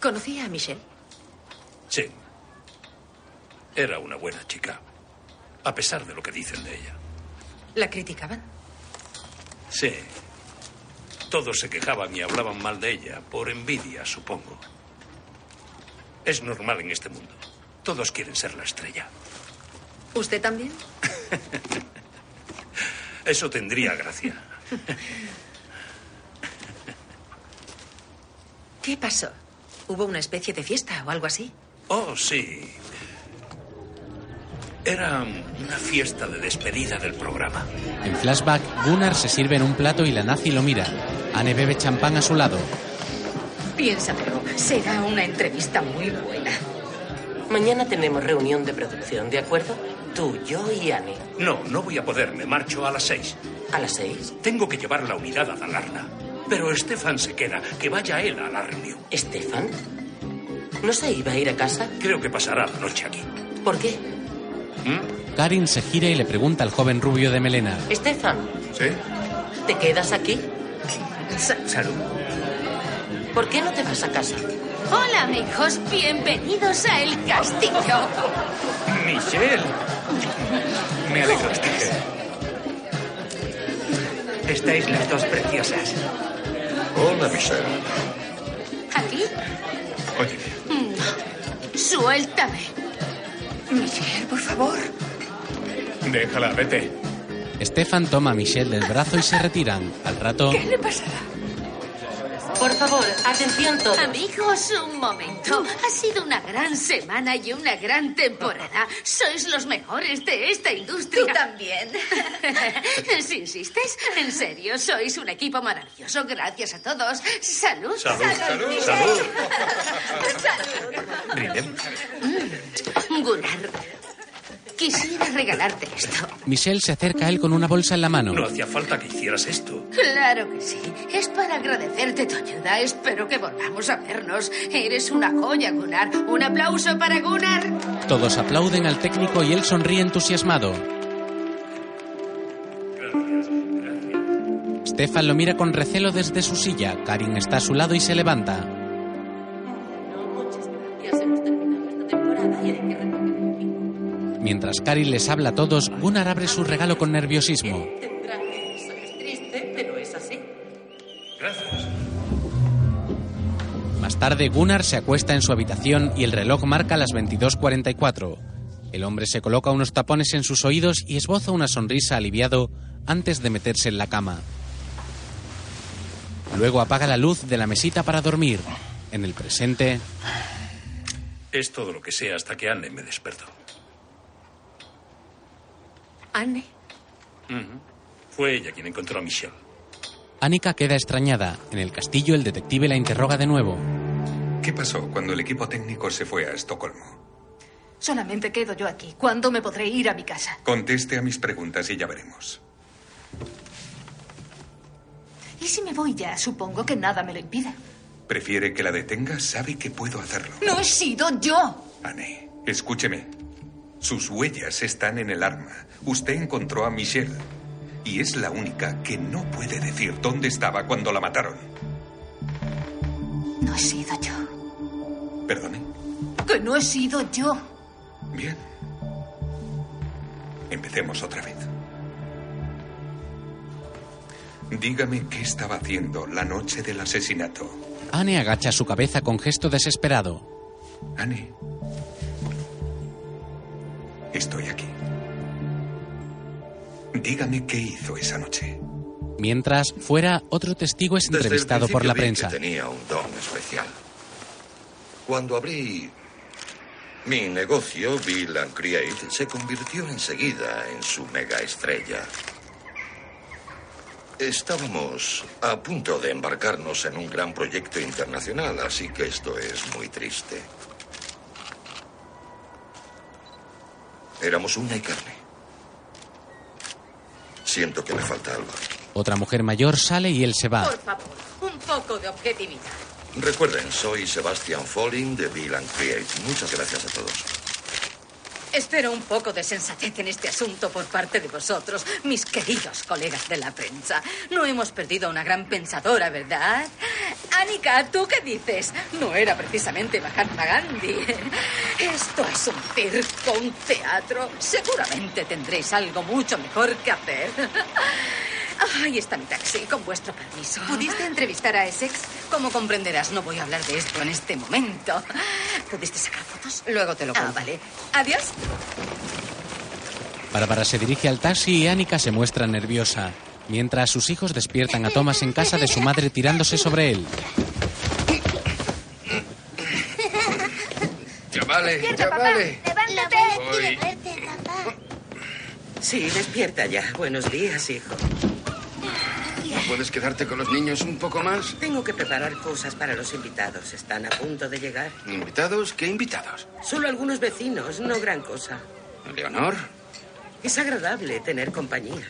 [SPEAKER 3] ¿Conocía a Michelle?
[SPEAKER 6] Sí. Era una buena chica, a pesar de lo que dicen de ella.
[SPEAKER 3] ¿La criticaban?
[SPEAKER 6] Sí. Todos se quejaban y hablaban mal de ella, por envidia, supongo. Es normal en este mundo. Todos quieren ser la estrella.
[SPEAKER 3] ¿Usted también?
[SPEAKER 6] Eso tendría gracia.
[SPEAKER 3] ¿Qué pasó? ¿Hubo una especie de fiesta o algo así?
[SPEAKER 6] Oh, sí. Era una fiesta de despedida del programa.
[SPEAKER 1] En flashback, Gunnar se sirve en un plato y la nazi lo mira. Anne bebe champán a su lado.
[SPEAKER 22] Piénsatelo. Será una entrevista muy buena.
[SPEAKER 18] Mañana tenemos reunión de producción, ¿de acuerdo? Tú, yo y Annie.
[SPEAKER 6] No, no voy a poder. Me marcho a las seis.
[SPEAKER 18] ¿A las seis?
[SPEAKER 6] Tengo que llevar la unidad a Dalarna. Pero Estefan se queda. Que vaya él a la reunión.
[SPEAKER 18] ¿Estefan? ¿No se iba a ir a casa?
[SPEAKER 6] Creo que pasará la noche aquí.
[SPEAKER 18] ¿Por qué?
[SPEAKER 1] Karin se gira y le pregunta al joven rubio de melena.
[SPEAKER 18] Estefan,
[SPEAKER 23] ¿Sí?
[SPEAKER 18] ¿te quedas aquí?
[SPEAKER 6] Salud.
[SPEAKER 18] ¿Por qué no te vas a casa?
[SPEAKER 9] Hola, amigos. Bienvenidos a El Castillo.
[SPEAKER 6] Michelle.
[SPEAKER 24] Me alegro de que- Estáis las dos preciosas.
[SPEAKER 7] Hola, Michelle.
[SPEAKER 9] ¿Aquí?
[SPEAKER 24] Oye,
[SPEAKER 9] No. Suéltame.
[SPEAKER 5] Michelle, por favor.
[SPEAKER 23] Déjala, vete.
[SPEAKER 1] Stefan toma a Michelle del brazo y se retiran. Al rato,
[SPEAKER 5] ¿Qué le pasará?
[SPEAKER 18] Por favor, atención todos.
[SPEAKER 9] Amigos, un momento. Ha sido una gran semana y una gran temporada. Sois los mejores de esta industria. Tú también. si insistes, en serio, sois un equipo maravilloso. Gracias a todos. Salud.
[SPEAKER 24] Salud, salud,
[SPEAKER 9] Miguel.
[SPEAKER 24] salud.
[SPEAKER 9] Salud. Mm.
[SPEAKER 24] Brindemos.
[SPEAKER 9] Gunnar, quisiera regalarte esto.
[SPEAKER 1] Michelle se acerca a él con una bolsa en la mano.
[SPEAKER 6] No hacía falta que hicieras esto.
[SPEAKER 9] Claro que sí. Es para agradecerte tu ayuda. Espero que volvamos a vernos. Eres una joya, Gunnar. Un aplauso para Gunnar.
[SPEAKER 1] Todos aplauden al técnico y él sonríe entusiasmado. Stefan lo mira con recelo desde su silla. Karin está a su lado y se levanta. Mientras Cari les habla a todos, Gunnar abre su regalo con nerviosismo.
[SPEAKER 3] Tendrá que eso es triste, pero es así.
[SPEAKER 6] Gracias.
[SPEAKER 1] Más tarde, Gunnar se acuesta en su habitación y el reloj marca las 22.44. El hombre se coloca unos tapones en sus oídos y esboza una sonrisa aliviado antes de meterse en la cama. Luego apaga la luz de la mesita para dormir. En el presente,
[SPEAKER 6] Es todo lo que sé hasta que Anne me despertó.
[SPEAKER 25] Anne,
[SPEAKER 6] Ujú. Fue ella quien encontró a Michelle.
[SPEAKER 1] Annika queda extrañada. En el castillo, el detective la interroga de nuevo.
[SPEAKER 4] ¿Qué pasó cuando el equipo técnico se fue a Estocolmo?
[SPEAKER 8] Solamente quedo yo aquí. ¿Cuándo me podré ir a mi casa?
[SPEAKER 4] Conteste a mis preguntas y ya veremos.
[SPEAKER 8] Y si me voy ya, supongo que nada me lo impida.
[SPEAKER 4] ¿Prefiere que la detenga? Sabe que puedo hacerlo.
[SPEAKER 8] No he sido yo.
[SPEAKER 4] Anne, escúcheme. Sus huellas están en el arma. Usted encontró a Michelle. Y es la única que no puede decir dónde estaba cuando la mataron.
[SPEAKER 8] No he sido yo.
[SPEAKER 4] Perdone.
[SPEAKER 8] Que no he sido yo.
[SPEAKER 4] Bien. Empecemos otra vez. Dígame qué estaba haciendo la noche del asesinato.
[SPEAKER 1] Anne agacha su cabeza con gesto desesperado.
[SPEAKER 4] Anne. Estoy aquí. Dígame qué hizo esa noche.
[SPEAKER 1] Mientras, fuera, otro testigo es
[SPEAKER 7] Desde el
[SPEAKER 1] entrevistado por la
[SPEAKER 7] principio
[SPEAKER 1] prensa.
[SPEAKER 7] vi que tenía un don especial. Cuando abrí mi negocio, Bill and Create, se convirtió enseguida en su mega estrella. Estábamos a punto de embarcarnos en un gran proyecto internacional, así que esto es muy triste. Éramos una y carne. Siento que me falta algo.
[SPEAKER 1] Otra mujer mayor sale y él se va.
[SPEAKER 3] Por favor, un poco de objetividad.
[SPEAKER 7] Recuerden, soy Sebastian Folling de Bill and Create. Muchas gracias a todos.
[SPEAKER 3] Espero Este un poco de sensatez en este asunto por parte de vosotros, mis queridos colegas de la prensa. No hemos perdido a una gran pensadora, ¿verdad? Annika, ¿tú qué dices? No era precisamente Mahatma Gandhi. Esto es un circo, un teatro. Seguramente tendréis algo mucho mejor que hacer. Ahí está mi taxi, con vuestro permiso. ¿Pudiste entrevistar a Essex? Como comprenderás, no voy a hablar de esto en este momento. ¿Pudiste sacar fotos? Luego te lo cuento. Ah, vale. Adiós.
[SPEAKER 1] Bárbara se dirige al taxi y Annika se muestra nerviosa. Mientras sus hijos despiertan a Thomas en casa de su madre tirándose sobre él.
[SPEAKER 2] Chavales, chavales.
[SPEAKER 9] ¡Levántate!
[SPEAKER 2] Voy.
[SPEAKER 18] Sí, despierta ya. Buenos días, hijo.
[SPEAKER 2] ¿No puedes quedarte con los niños un poco más?
[SPEAKER 18] Tengo que preparar cosas para los invitados. Están a punto de llegar.
[SPEAKER 2] ¿Invitados? ¿Qué invitados?
[SPEAKER 18] Solo algunos vecinos, no gran cosa.
[SPEAKER 2] ¿Leonor?
[SPEAKER 18] Es agradable tener compañía.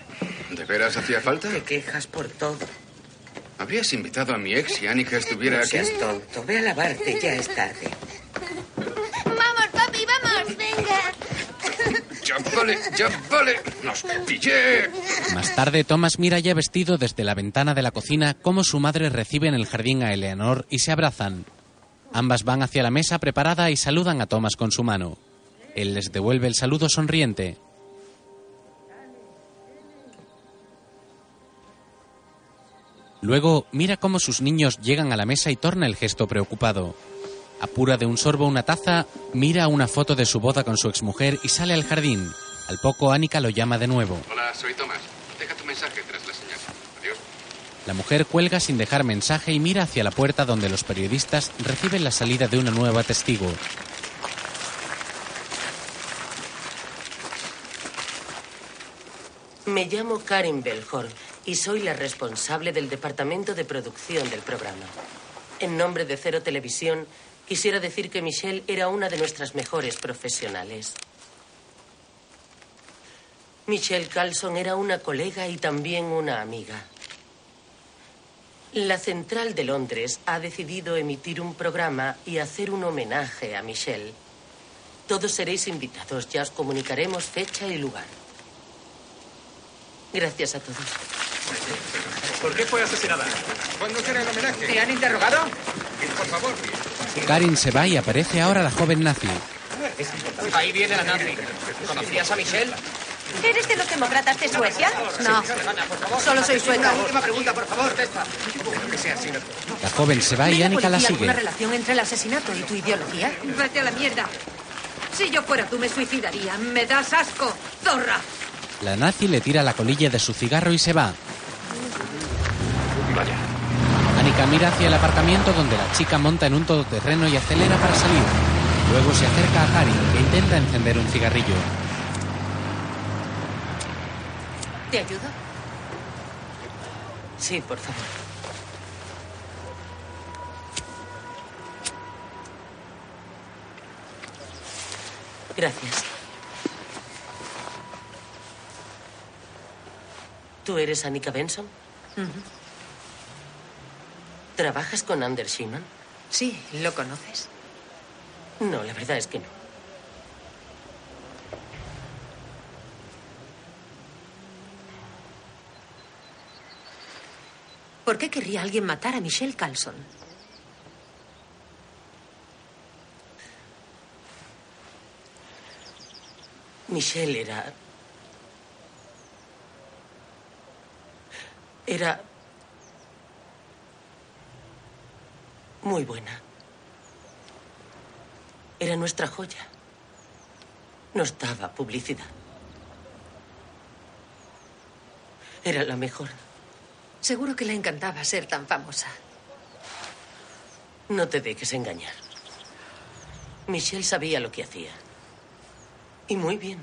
[SPEAKER 2] ¿De veras hacía falta?
[SPEAKER 18] Te quejas por todo.
[SPEAKER 2] ¿Habrías invitado a mi ex si Annika estuviera
[SPEAKER 18] No
[SPEAKER 2] aquí?
[SPEAKER 18] seas tonto. Ve a lavarte, ya es tarde.
[SPEAKER 9] ¡Vamos, papi, vamos! ¡Venga!
[SPEAKER 2] ¡Chavales, chavales! ¡Nos pillé!
[SPEAKER 1] Más tarde, Thomas mira ya vestido desde la ventana de la cocina cómo su madre recibe en el jardín a Eleanor y se abrazan. Ambas van hacia la mesa preparada y saludan a Thomas con su mano. Él les devuelve el saludo sonriente. Luego mira cómo sus niños llegan a la mesa y torna el gesto preocupado. Apura de un sorbo una taza, mira una foto de su boda con su exmujer y sale al jardín. Al poco Annika lo llama de nuevo.
[SPEAKER 2] Hola, soy Tomás. Deja tu mensaje tras la señal. Adiós.
[SPEAKER 1] La mujer cuelga sin dejar mensaje y mira hacia la puerta donde los periodistas reciben la salida de una nueva testigo.
[SPEAKER 12] Me llamo Karin Belhorn y soy la responsable del departamento de producción del programa. En nombre de Cero Televisión, quisiera decir que Michelle era una de nuestras mejores profesionales. Michelle Carlson era una colega y también una amiga. La Central de Londres ha decidido emitir un programa y hacer un homenaje a Michelle. Todos seréis invitados, ya os comunicaremos fecha y lugar. Gracias a todos.
[SPEAKER 26] ¿Por qué fue asesinada? ¿Cuándo será el homenaje?
[SPEAKER 11] ¿Te han interrogado?
[SPEAKER 26] Por favor.
[SPEAKER 1] Karin se va y aparece ahora la joven nazi.
[SPEAKER 11] Ahí viene la nazi. ¿Conocías a Michelle?
[SPEAKER 17] ¿Eres de los demócratas de Suecia? Solo soy sueca.
[SPEAKER 11] Una última pregunta, por favor. Contesta. Espero que sea así.
[SPEAKER 1] La joven se va y
[SPEAKER 17] ¿Tiene
[SPEAKER 1] Annika la
[SPEAKER 17] policía
[SPEAKER 1] sigue.
[SPEAKER 17] alguna relación entre el asesinato y tu ideología?
[SPEAKER 27] Vete a la mierda. Si yo fuera tú, me suicidaría. Me das asco, zorra.
[SPEAKER 1] La nazi le tira la colilla de su cigarro y se va.
[SPEAKER 13] Vaya.
[SPEAKER 1] Annika mira hacia el aparcamiento donde la chica monta en un todoterreno y acelera para salir. Luego se acerca a Harry e intenta encender un cigarrillo.
[SPEAKER 3] ¿Te ayudo?
[SPEAKER 12] Sí, por favor. Gracias. ¿Tú eres Annika Benson? ¿Trabajas con Anders Sheeman?
[SPEAKER 17] Sí, ¿lo conoces?
[SPEAKER 12] No, la verdad es que no.
[SPEAKER 17] ¿Por qué querría alguien matar a Michelle Carlson?
[SPEAKER 12] Michelle era. Era. Muy buena. Era nuestra joya. Nos daba publicidad. Era la mejor.
[SPEAKER 17] Seguro que le encantaba ser tan famosa.
[SPEAKER 12] No te dejes engañar. Michelle sabía lo que hacía. Y muy bien.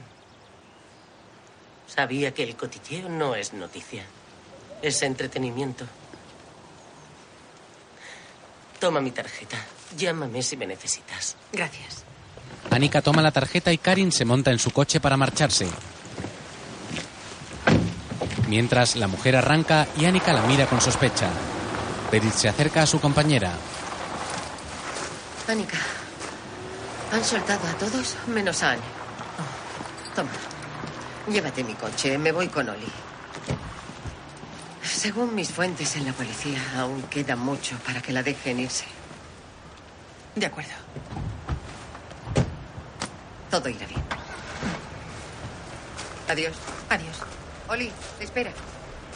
[SPEAKER 12] Sabía que el cotilleo no es noticia. Es entretenimiento. Toma mi tarjeta. Llámame si me necesitas.
[SPEAKER 17] Gracias.
[SPEAKER 1] Annika toma la tarjeta y Karin se monta en su coche para marcharse. Mientras la mujer arranca y Annika la mira con sospecha. Berit se acerca a su compañera.
[SPEAKER 17] Annika,
[SPEAKER 3] Han soltado a todos menos a Anne. Oh, toma. Llévate mi coche. Me voy con Oli. Según mis fuentes en la policía, aún queda mucho para que la dejen irse.
[SPEAKER 17] De acuerdo.
[SPEAKER 3] Todo irá bien.
[SPEAKER 17] Adiós. Adiós. Oli, espera.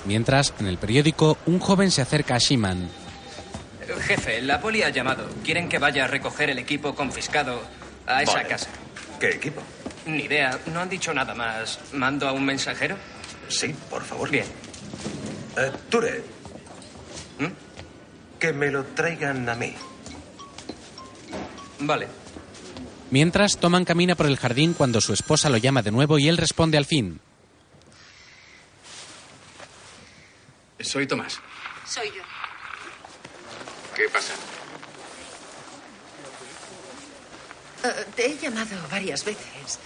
[SPEAKER 1] Mientras, en el periódico, un joven se acerca a Shiman.
[SPEAKER 11] Jefe, la poli ha llamado. Quieren que vaya a recoger el equipo confiscado a esa
[SPEAKER 28] Vale.
[SPEAKER 11] casa.
[SPEAKER 28] ¿Qué equipo?
[SPEAKER 11] Ni idea, no han dicho nada más. ¿Mando a un mensajero?
[SPEAKER 13] Sí, por favor.
[SPEAKER 11] Bien.
[SPEAKER 13] Eh, Ture. ¿Mm? Que me lo traigan a mí.
[SPEAKER 11] Vale.
[SPEAKER 1] Mientras, Toman camina por el jardín cuando su esposa lo llama de nuevo y él responde al fin.
[SPEAKER 2] Soy Tomás.
[SPEAKER 29] Soy yo.
[SPEAKER 2] ¿Qué pasa?
[SPEAKER 17] Eh, te he llamado varias veces.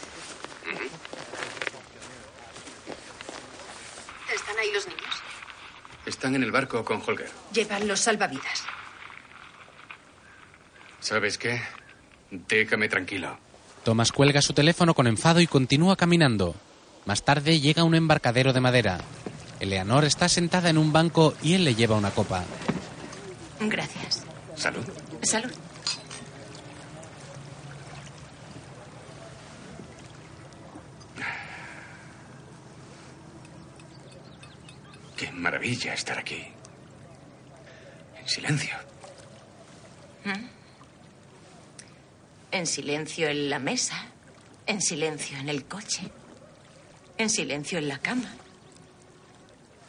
[SPEAKER 29] ¿Están ahí los niños?
[SPEAKER 2] Están en el barco con Holger.
[SPEAKER 17] Llevan los salvavidas.
[SPEAKER 2] ¿Sabes qué? Déjame tranquilo.
[SPEAKER 1] Thomas cuelga su teléfono con enfado y continúa caminando. Más tarde llega un embarcadero de madera. Eleanor está sentada en un banco y él le lleva una copa.
[SPEAKER 17] Gracias.
[SPEAKER 2] Salud.
[SPEAKER 17] Salud.
[SPEAKER 2] Qué maravilla estar aquí. En silencio.
[SPEAKER 17] ¿Mm? En silencio en la mesa, en silencio en el coche, en silencio en la cama.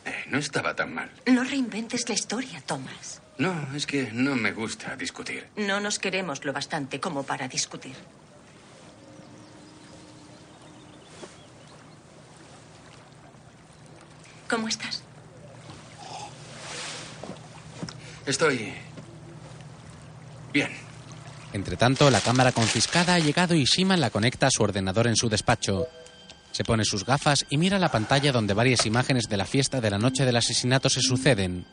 [SPEAKER 2] Eh, no estaba tan mal.
[SPEAKER 17] No reinventes la historia, Thomas.
[SPEAKER 2] No, es que no me gusta discutir.
[SPEAKER 17] No nos queremos lo bastante como para discutir. ¿Cómo estás?
[SPEAKER 2] Estoy... Bien.
[SPEAKER 1] Entre tanto, la cámara confiscada ha llegado y Shiman la conecta a su ordenador en su despacho. Se pone sus gafas y mira la pantalla donde varias imágenes de la fiesta de la noche del asesinato se suceden.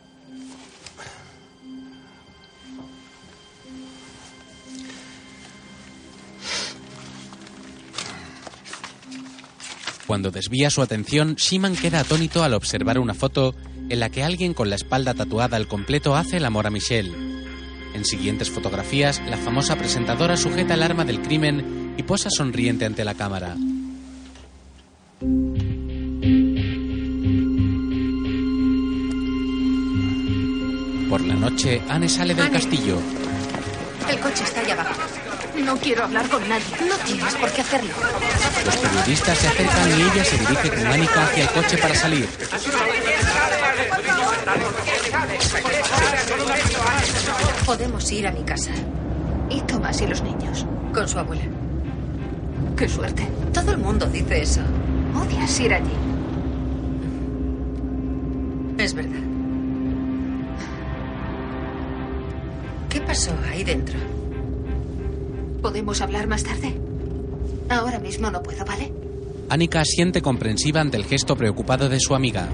[SPEAKER 1] Cuando desvía su atención, Shiman queda atónito al observar una foto en la que alguien con la espalda tatuada al completo hace el amor a Michelle. En siguientes fotografías, la famosa presentadora sujeta el arma del crimen y posa sonriente ante la cámara. Por la noche, Anne sale del
[SPEAKER 3] Anne.
[SPEAKER 1] castillo.
[SPEAKER 3] El coche está allá abajo. No quiero hablar con nadie. No tienes por qué hacerlo.
[SPEAKER 1] Los periodistas se acercan y ella se dirige con Annika hacia el coche para salir.
[SPEAKER 3] Podemos ir a mi casa. Y Tomás y los niños. Con su abuela. Qué suerte. Todo el mundo dice eso. Odias ir allí. Es verdad. ¿Qué pasó ahí dentro?
[SPEAKER 8] ¿Podemos hablar más tarde? Ahora mismo no puedo, ¿vale?
[SPEAKER 1] Annika siente comprensiva ante el gesto preocupado de su amiga.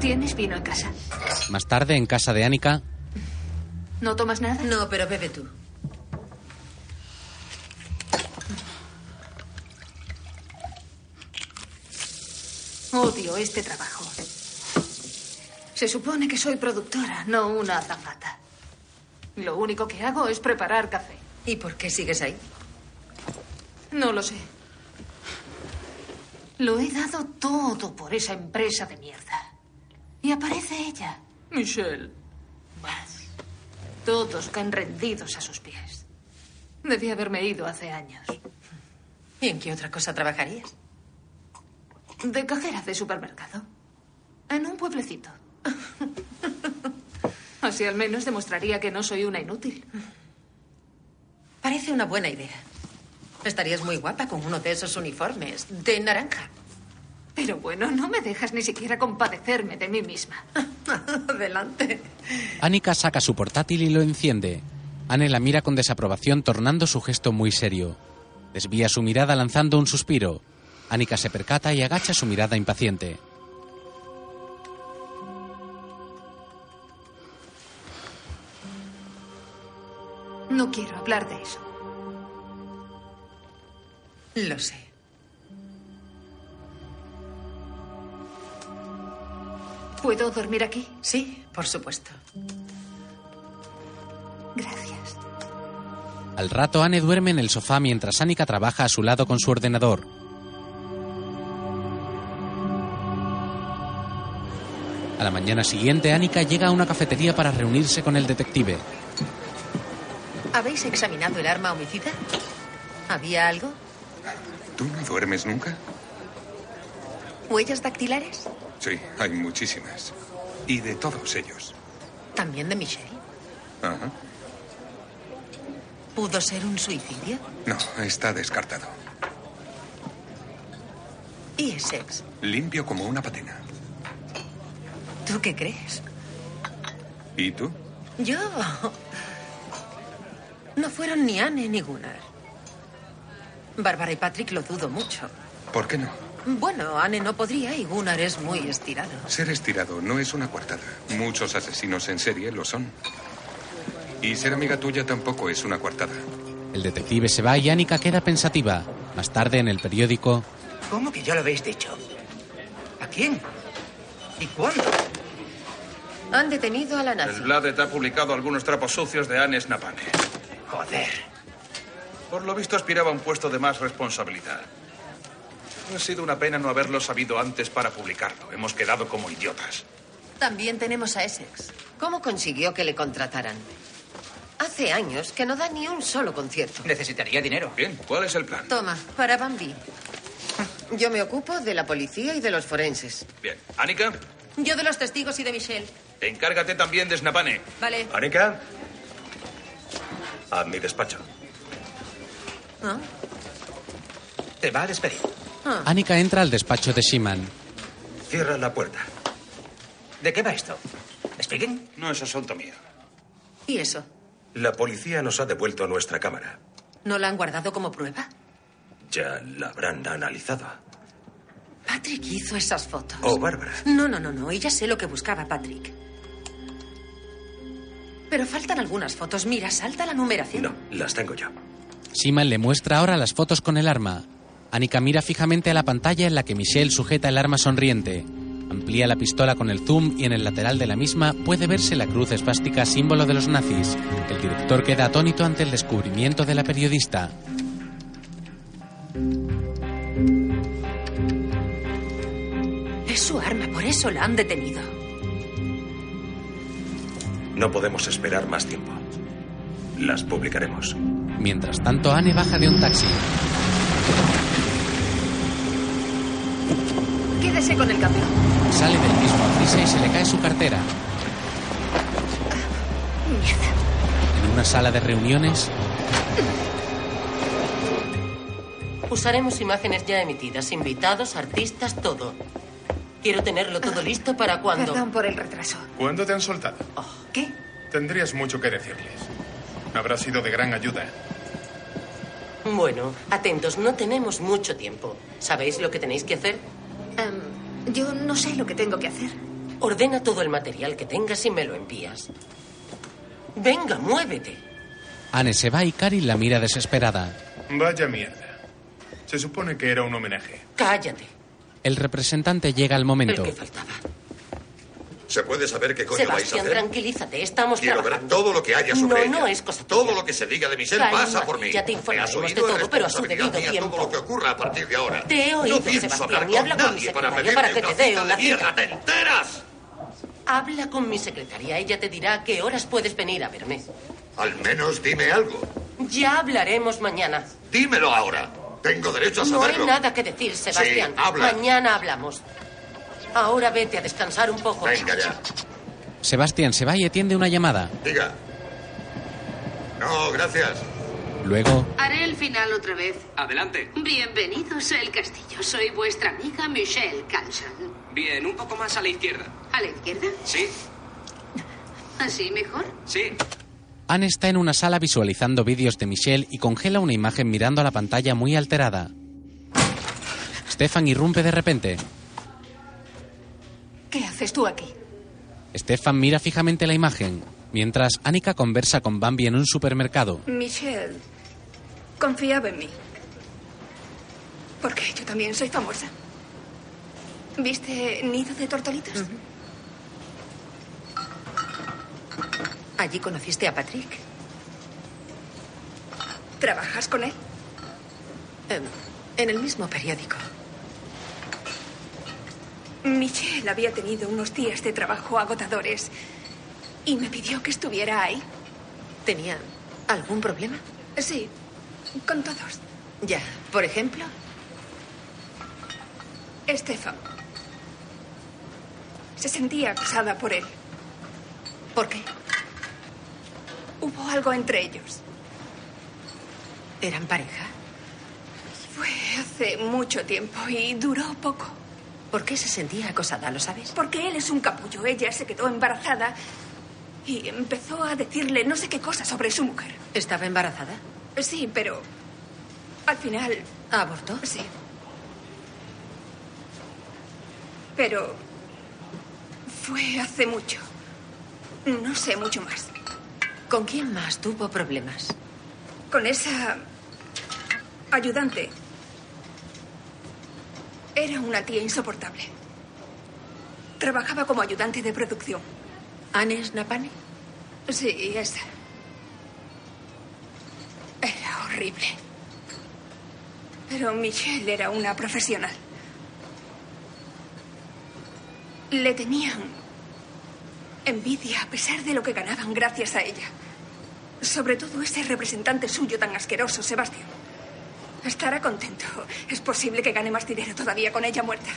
[SPEAKER 8] ¿Tienes vino en casa?
[SPEAKER 1] Más tarde, en casa de Annika,
[SPEAKER 8] ¿No tomas nada? No, pero bebe tú. Odio este trabajo. Se supone que soy productora, no una azafata. Lo único que hago es preparar café.
[SPEAKER 3] ¿Y por qué sigues ahí?
[SPEAKER 8] No lo sé. Lo he dado todo por esa empresa de mierda. Y aparece ella. Michelle. Vas. Todos caen rendidos a sus pies. Debí haberme ido hace años.
[SPEAKER 3] ¿Y en qué otra cosa trabajarías?
[SPEAKER 8] De cajera de supermercado. En un pueblecito. Así al menos demostraría que no soy una inútil.
[SPEAKER 3] Parece una buena idea. Estarías muy guapa con uno de esos uniformes, de naranja.
[SPEAKER 8] Pero bueno, no me dejas ni siquiera compadecerme de mí misma.
[SPEAKER 3] Adelante.
[SPEAKER 1] Annika saca su portátil y lo enciende. Anne la mira con desaprobación, tornando su gesto muy serio. Desvía su mirada lanzando un suspiro. Annika se percata y agacha su mirada impaciente.
[SPEAKER 8] No quiero hablar de eso.
[SPEAKER 3] Lo sé.
[SPEAKER 8] ¿Puedo dormir aquí?
[SPEAKER 3] Sí, por supuesto.
[SPEAKER 8] Gracias.
[SPEAKER 1] Al rato, Anne duerme en el sofá mientras Annika trabaja a su lado con su ordenador. A la mañana siguiente, Annika llega a una cafetería para reunirse con el detective.
[SPEAKER 3] ¿Habéis examinado el arma homicida? ¿Había algo?
[SPEAKER 4] ¿Tú no duermes nunca?
[SPEAKER 3] ¿Huellas dactilares?
[SPEAKER 4] Sí, hay muchísimas. Y de todos ellos.
[SPEAKER 3] ¿También de Michelle?
[SPEAKER 4] Ajá.
[SPEAKER 3] ¿Pudo ser un suicidio?
[SPEAKER 4] No, está descartado.
[SPEAKER 3] ¿Y Essex?
[SPEAKER 4] Limpio como una patena.
[SPEAKER 3] ¿Tú qué crees?
[SPEAKER 4] ¿Y tú?
[SPEAKER 3] Yo. No fueron ni Anne ni Gunnar. Bárbara y Patrick lo dudo mucho.
[SPEAKER 4] ¿Por qué no?
[SPEAKER 3] Bueno, Anne no podría y Gunnar es muy estirado.
[SPEAKER 4] Ser estirado no es una coartada. Muchos asesinos en serie lo son. Y ser amiga tuya tampoco es una coartada.
[SPEAKER 1] El detective se va y Annika queda pensativa. Más tarde, en el periódico,
[SPEAKER 11] ¿Cómo que ya lo habéis dicho? ¿A quién? ¿Y cuándo?
[SPEAKER 22] Han detenido a la nazi.
[SPEAKER 4] El Bladet ha publicado algunos trapos sucios de Anne Snapane.
[SPEAKER 11] Joder.
[SPEAKER 4] Por lo visto aspiraba a un puesto de más responsabilidad. Ha sido una pena no haberlo sabido antes para publicarlo. Hemos quedado como idiotas.
[SPEAKER 22] También tenemos a Essex. ¿Cómo consiguió que le contrataran? Hace años que no da ni un solo concierto.
[SPEAKER 4] Necesitaría dinero. Bien, ¿cuál es el plan?
[SPEAKER 22] Toma, para Bambi. Yo me ocupo de la policía y de los forenses.
[SPEAKER 4] Bien. Anika,
[SPEAKER 8] Yo de los testigos y de Michelle.
[SPEAKER 4] encárgate también de Snapane.
[SPEAKER 8] Vale.
[SPEAKER 15] Anika, a mi despacho.
[SPEAKER 8] Ah.
[SPEAKER 15] Te va a despedir.
[SPEAKER 1] Annika entra al despacho de Shiman.
[SPEAKER 15] Cierra la puerta.
[SPEAKER 11] ¿De qué va esto? ¿Expliquen?
[SPEAKER 15] No es asunto mío.
[SPEAKER 3] ¿Y eso?
[SPEAKER 15] La policía nos ha devuelto nuestra cámara.
[SPEAKER 3] ¿No la han guardado como prueba?
[SPEAKER 15] Ya la habrán analizado.
[SPEAKER 3] Patrick hizo esas fotos.
[SPEAKER 15] Oh, Bárbara.
[SPEAKER 3] No, no, no, no. Y ya sé lo que buscaba Patrick. Pero faltan algunas fotos. Mira, salta la numeración.
[SPEAKER 15] No, las tengo yo.
[SPEAKER 1] Shiman le muestra ahora las fotos con el arma. Annika mira fijamente a la pantalla en la que Michelle sujeta el arma sonriente. Amplía la pistola con el zoom y en el lateral de la misma puede verse la cruz espástica símbolo de los nazis. El director queda atónito ante el descubrimiento de la periodista.
[SPEAKER 30] Es su arma, por eso la han detenido.
[SPEAKER 4] No podemos esperar más tiempo. Las publicaremos.
[SPEAKER 1] Mientras tanto, Anne baja de un taxi.
[SPEAKER 3] Quédese con el camión.
[SPEAKER 1] Sale del mismo a prisa y se le cae su cartera. En una sala de reuniones,
[SPEAKER 12] Usaremos imágenes ya emitidas, invitados, artistas, todo. Quiero tenerlo todo listo para cuando.
[SPEAKER 3] Ah, Perdón por el retraso.
[SPEAKER 23] ¿Cuándo te han soltado?
[SPEAKER 31] Oh,
[SPEAKER 3] ¿Qué?
[SPEAKER 23] Tendrías mucho que decirles. Habrá sido de gran ayuda.
[SPEAKER 12] Bueno, atentos, no tenemos mucho tiempo. ¿Sabéis lo que tenéis que hacer?
[SPEAKER 3] Em, yo no sé lo que tengo que hacer.
[SPEAKER 12] Ordena todo el material que tengas y me lo envías. Venga, muévete.
[SPEAKER 1] Anne se va y Cari la mira desesperada.
[SPEAKER 23] Vaya mierda. Se supone que era un homenaje.
[SPEAKER 12] Cállate.
[SPEAKER 1] El representante llega al momento.
[SPEAKER 7] ¿Se puede saber qué coño vais a
[SPEAKER 12] Sebastián,
[SPEAKER 7] hacer?
[SPEAKER 12] tranquilízate, estamos
[SPEAKER 7] Quiero ver
[SPEAKER 12] trabajando.
[SPEAKER 7] todo lo que haya sobre
[SPEAKER 12] No,
[SPEAKER 7] ella.
[SPEAKER 12] no es cosa
[SPEAKER 7] Todo lo que se diga de Michelle
[SPEAKER 12] Cálmate,
[SPEAKER 7] pasa por mí.
[SPEAKER 12] ya te
[SPEAKER 7] Me has
[SPEAKER 12] informaremos
[SPEAKER 7] oído,
[SPEAKER 12] de todo,
[SPEAKER 7] es
[SPEAKER 12] pero a su
[SPEAKER 7] responsabilidad
[SPEAKER 12] debido
[SPEAKER 7] mía
[SPEAKER 12] tiempo.
[SPEAKER 7] Todo lo que ocurra a partir de ahora.
[SPEAKER 12] Te he oído,
[SPEAKER 7] no pienso
[SPEAKER 12] Sebastián,
[SPEAKER 7] hablar
[SPEAKER 12] y habla con mi
[SPEAKER 7] nadie para
[SPEAKER 12] secretaria
[SPEAKER 7] pedirte
[SPEAKER 12] para que
[SPEAKER 7] una
[SPEAKER 12] te dé
[SPEAKER 7] cita
[SPEAKER 12] una
[SPEAKER 7] de
[SPEAKER 12] cita.
[SPEAKER 7] mierda. ¿Te enteras?
[SPEAKER 12] Habla con mi secretaria, ella te dirá a qué horas puedes venir a verme.
[SPEAKER 7] Al menos dime algo.
[SPEAKER 12] Ya hablaremos mañana.
[SPEAKER 7] Dímelo ahora. Tengo derecho a
[SPEAKER 12] No hay
[SPEAKER 7] saberlo.
[SPEAKER 12] nada que decir, Sebastián.
[SPEAKER 7] Sí, habla.
[SPEAKER 12] Mañana hablamos. Ahora vete a descansar un poco.
[SPEAKER 7] Venga ya.
[SPEAKER 1] Sebastián se va y atiende una llamada.
[SPEAKER 7] Diga. No, gracias.
[SPEAKER 1] Luego,
[SPEAKER 9] Haré el final otra vez.
[SPEAKER 32] Adelante.
[SPEAKER 9] Bienvenidos al castillo. Soy vuestra amiga Michelle Carlson.
[SPEAKER 32] Bien, un poco más a la izquierda.
[SPEAKER 9] ¿A la izquierda?
[SPEAKER 32] ¿Sí?
[SPEAKER 9] ¿Así mejor?
[SPEAKER 32] Sí.
[SPEAKER 1] Anne está en una sala visualizando vídeos de Michelle y congela una imagen mirando a la pantalla muy alterada. Stefan irrumpe de repente.
[SPEAKER 33] ¿Qué haces tú aquí?
[SPEAKER 1] Stefan mira fijamente la imagen, mientras Annika conversa con Bambi en un supermercado.
[SPEAKER 5] Michelle confiaba en mí. Porque yo también soy famosa. ¿Viste Nido de Tortolitas?
[SPEAKER 30] Allí conociste a Patrick.
[SPEAKER 5] ¿Trabajas con él?
[SPEAKER 30] Em, En el mismo periódico.
[SPEAKER 5] Michelle había tenido unos días de trabajo agotadores y me pidió que estuviera ahí.
[SPEAKER 30] ¿Tenía algún problema?
[SPEAKER 5] Sí, con todos.
[SPEAKER 30] Ya. Por ejemplo,
[SPEAKER 5] Estefan. Se sentía acosada por él.
[SPEAKER 30] ¿Por qué?
[SPEAKER 5] Hubo algo entre ellos.
[SPEAKER 30] ¿Eran pareja?
[SPEAKER 5] Fue hace mucho tiempo y duró poco.
[SPEAKER 30] ¿Por qué se sentía acosada, lo sabes?
[SPEAKER 5] Porque él es un capullo. Ella se quedó embarazada y empezó a decirle no sé qué cosa sobre su mujer.
[SPEAKER 30] ¿Estaba embarazada?
[SPEAKER 5] Sí, pero al final...
[SPEAKER 30] ¿Abortó?
[SPEAKER 5] Sí. Pero fue hace mucho. No sé mucho más.
[SPEAKER 30] ¿Con quién más tuvo problemas?
[SPEAKER 5] Con esa ayudante. Era una tía insoportable. Trabajaba como ayudante de producción.
[SPEAKER 30] ¿Anne Snapani?
[SPEAKER 5] Sí, esa. Era horrible. Pero Michelle era una profesional. Le tenían envidia a pesar de lo que ganaban gracias a ella. Sobre todo ese representante suyo tan asqueroso, Sebastián. Estará contento. Es posible que gane más dinero todavía con ella muerta.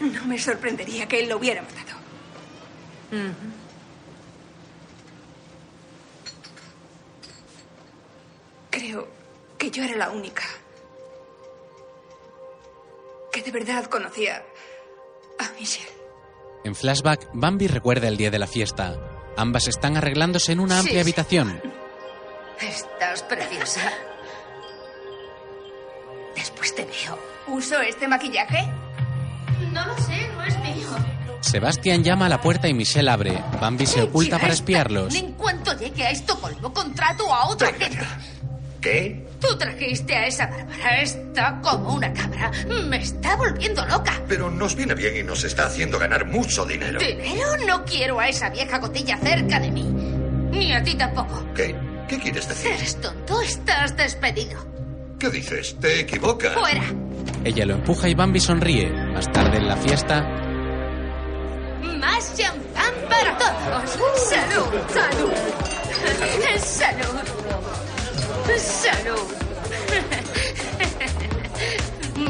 [SPEAKER 5] No me sorprendería que él lo hubiera matado. Creo que yo era la única que de verdad conocía a Michelle.
[SPEAKER 1] En flashback, Bambi recuerda el día de la fiesta. Ambas están arreglándose en una
[SPEAKER 9] Sí,
[SPEAKER 1] amplia
[SPEAKER 9] sí.
[SPEAKER 1] habitación.
[SPEAKER 9] Estás preciosa. Después te veo.
[SPEAKER 5] ¿Uso este maquillaje?
[SPEAKER 9] No lo sé, no es mío.
[SPEAKER 1] Sebastián llama a la puerta y Michelle abre. Bambi se oculta para espiarlos.
[SPEAKER 9] En cuanto llegue a Estocolmo, contrato a otra gente.
[SPEAKER 7] ¿Qué?
[SPEAKER 9] Tú trajiste a esa Bárbara. Está como una cabra. Me está volviendo loca.
[SPEAKER 7] Pero nos viene bien y nos está haciendo ganar mucho dinero.
[SPEAKER 9] ¿Dinero? No quiero a esa vieja cotilla cerca de mí. Ni a ti tampoco.
[SPEAKER 7] ¿Qué? ¿Qué quieres decir?
[SPEAKER 9] Eres tonto. Estás despedido.
[SPEAKER 7] ¿Qué dices? Te equivocas.
[SPEAKER 9] Fuera.
[SPEAKER 1] Ella lo empuja y Bambi sonríe. Más tarde en la fiesta,
[SPEAKER 9] Más champán para todos. Salud, salud. Salud. Salud.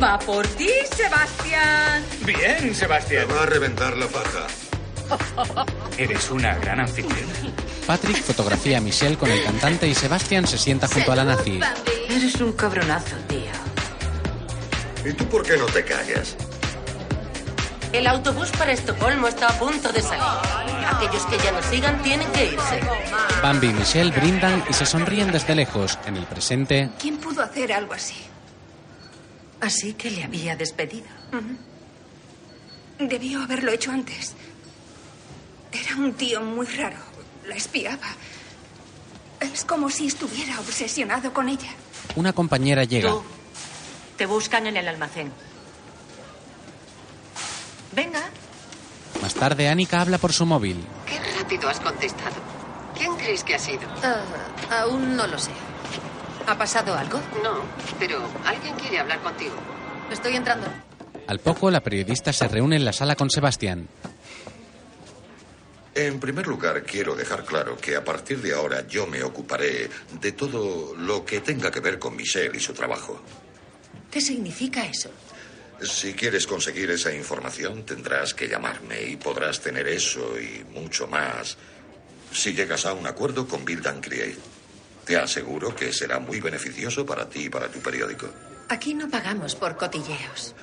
[SPEAKER 33] Va por ti, Sebastián.
[SPEAKER 7] Bien, Sebastián. Te va a reventar la faja.
[SPEAKER 17] Eres una gran anfitriona.
[SPEAKER 1] Patrick fotografía a Michelle con el cantante y Sebastian se sienta junto a la nazi.
[SPEAKER 8] Eres un cabronazo, tío.
[SPEAKER 7] ¿Y tú por qué no te callas?
[SPEAKER 12] El autobús para Estocolmo está a punto de salir. Aquellos que ya nos sigan tienen que irse.
[SPEAKER 1] Bambi y Michelle brindan y se sonríen desde lejos. En el presente,
[SPEAKER 5] ¿Quién pudo hacer algo así?
[SPEAKER 8] Así que le había despedido.
[SPEAKER 5] Debió haberlo hecho antes. Era un tío muy raro. La espiaba. Es como si estuviera obsesionado con ella.
[SPEAKER 1] una compañera llega.
[SPEAKER 12] Te buscan en el almacén.
[SPEAKER 8] Venga.
[SPEAKER 1] Más tarde, Annika habla por su móvil.
[SPEAKER 6] Qué rápido has contestado. ¿Quién crees que ha sido?
[SPEAKER 3] Ah, aún no lo sé. ¿Ha pasado algo?
[SPEAKER 6] No, pero alguien quiere hablar contigo.
[SPEAKER 3] Estoy entrando.
[SPEAKER 1] Al poco, la periodista se reúne en la sala con Sebastián.
[SPEAKER 7] En primer lugar, quiero dejar claro que a partir de ahora yo me ocuparé de todo lo que tenga que ver con Michelle y su trabajo.
[SPEAKER 12] ¿Qué significa eso?
[SPEAKER 7] Si quieres conseguir esa información, tendrás que llamarme y podrás tener eso y mucho más si llegas a un acuerdo con Build and Create. Te aseguro que será muy beneficioso para ti y para tu periódico.
[SPEAKER 8] Aquí no pagamos por cotilleos.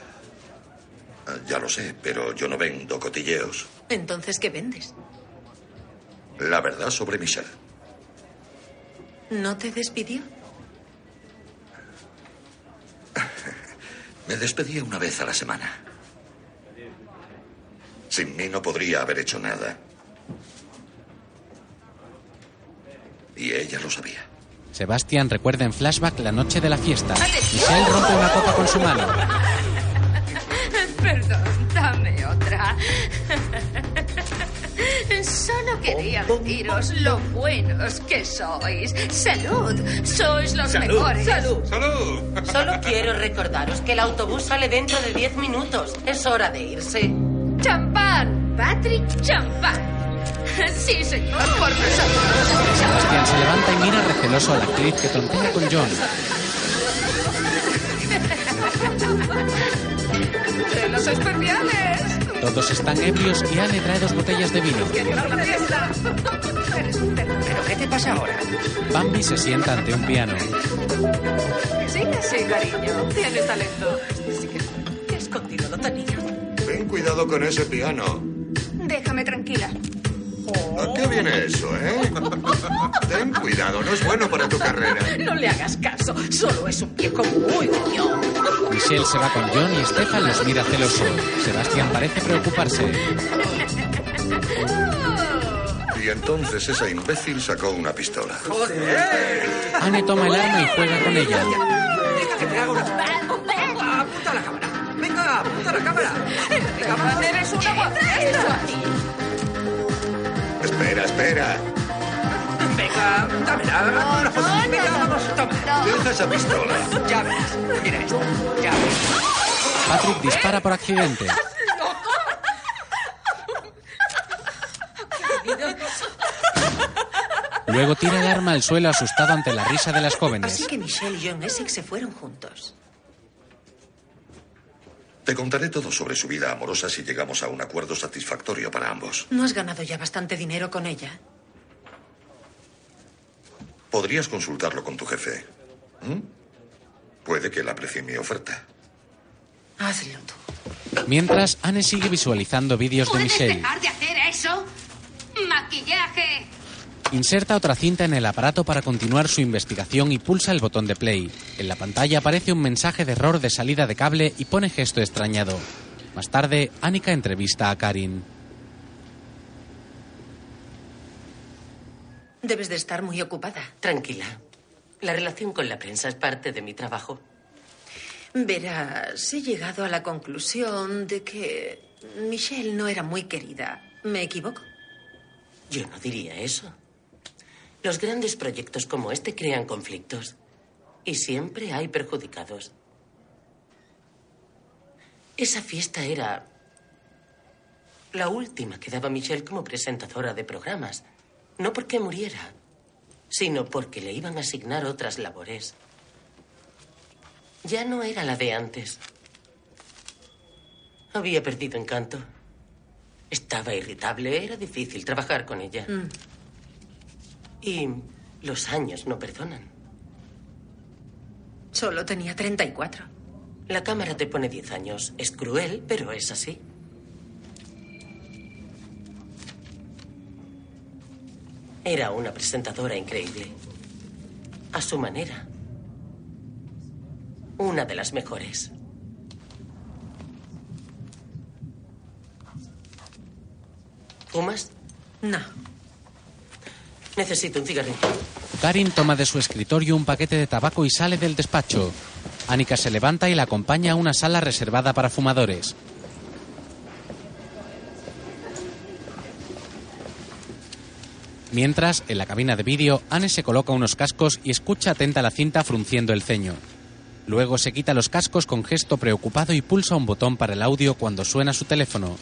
[SPEAKER 7] Ah, Ya lo sé, pero yo no vendo cotilleos.
[SPEAKER 8] Entonces, ¿qué vendes?
[SPEAKER 7] La verdad sobre Michelle.
[SPEAKER 8] ¿No te despidió?
[SPEAKER 7] Me despedía una vez a la semana. Sin mí no podría haber hecho nada. Y ella lo sabía.
[SPEAKER 1] Sebastián recuerda en flashback la noche de la fiesta. Michelle rompe una copa con su mano.
[SPEAKER 9] Perdón, dame otra. Solo quería deciros lo buenos que sois. Salud, sois los mejores.
[SPEAKER 12] ¡Salud! Solo quiero recordaros que el autobús sale dentro de 10 minutos. Es hora de irse.
[SPEAKER 9] Champán, Patrick, champán. Sí, señor, por vosotros.
[SPEAKER 1] Sebastián se levanta y mira receloso a la actriz que tontea con John.
[SPEAKER 5] ¡De los espermiales!
[SPEAKER 1] Todos están ebrios y Anne trae dos botellas de vino.
[SPEAKER 11] ¿Pero qué te pasa ahora?
[SPEAKER 1] Bambi se sienta ante un piano.
[SPEAKER 11] Sí, sí, cariño. Tienes talento. ¿Qué has escondido, no
[SPEAKER 7] Ten cuidado con ese piano.
[SPEAKER 5] Déjame tranquila.
[SPEAKER 7] ¿A qué viene eso, eh? Ten cuidado, no es bueno para tu carrera.
[SPEAKER 11] No le hagas caso. Solo es un viejo muy niño.
[SPEAKER 1] Michelle se va con John y Stefan los mira celoso. Sebastián parece preocuparse.
[SPEAKER 7] Y entonces esa imbécil sacó una pistola.
[SPEAKER 1] Anne toma el arma y juega con ella.
[SPEAKER 11] Venga, que te hago una. Apunta a la cámara. Venga, apunta a la cámara. Venga, eres una guapeta.
[SPEAKER 7] Espera, espera.
[SPEAKER 11] Venga, dámela. Una foto. Venga, vamos, toma.
[SPEAKER 7] Deja esa pistola.
[SPEAKER 11] Ya verás. Mira esto. Ya
[SPEAKER 1] Patrick dispara por accidente. Luego tira el arma al suelo asustado ante la risa de las jóvenes.
[SPEAKER 12] Así que Michelle y John Essex se fueron juntos.
[SPEAKER 7] Te contaré todo sobre su vida amorosa si llegamos a un acuerdo satisfactorio para ambos.
[SPEAKER 8] ¿No has ganado ya bastante dinero con ella?
[SPEAKER 7] Podrías consultarlo con tu jefe. ¿Mm? Puede que le aprecie mi oferta.
[SPEAKER 8] Hazlo.
[SPEAKER 1] Mientras, Anne sigue visualizando vídeos de
[SPEAKER 9] ¿Puedes
[SPEAKER 1] Michelle.
[SPEAKER 9] dejar de hacer eso? Maquillaje.
[SPEAKER 1] Inserta otra cinta en el aparato para continuar su investigación y pulsa el botón de play. En la pantalla aparece un mensaje de error de salida de cable y pone gesto extrañado. Más tarde, Annika entrevista a Karin.
[SPEAKER 8] Debes de estar muy ocupada.
[SPEAKER 12] Tranquila. La relación con la prensa es parte de mi trabajo.
[SPEAKER 6] Verás, he llegado a la conclusión de que Michelle no era muy querida. ¿Me equivoco?
[SPEAKER 12] Yo no diría eso. Los grandes proyectos como este crean conflictos. Y siempre hay perjudicados. Esa fiesta era la última que daba Michelle como presentadora de programas. No porque muriera, sino porque le iban a asignar otras labores. Ya no era la de antes. Había perdido encanto. Estaba irritable, era difícil trabajar con ella.
[SPEAKER 6] Mm.
[SPEAKER 12] Y los años no perdonan.
[SPEAKER 6] Solo tenía 34.
[SPEAKER 12] La cámara te pone 10 años. Es cruel, pero es así. Era una presentadora increíble. A su manera. Una de las mejores. ¿Fumas?
[SPEAKER 6] No.
[SPEAKER 12] Necesito un cigarrillo.
[SPEAKER 1] Karin toma de su escritorio un paquete de tabaco y sale del despacho. Annika se levanta y la acompaña a una sala reservada para fumadores. Mientras, en la cabina de vídeo, Anne se coloca unos cascos y escucha atenta la cinta frunciendo el ceño. Luego se quita los cascos con gesto preocupado y pulsa un botón para el audio cuando suena su teléfono.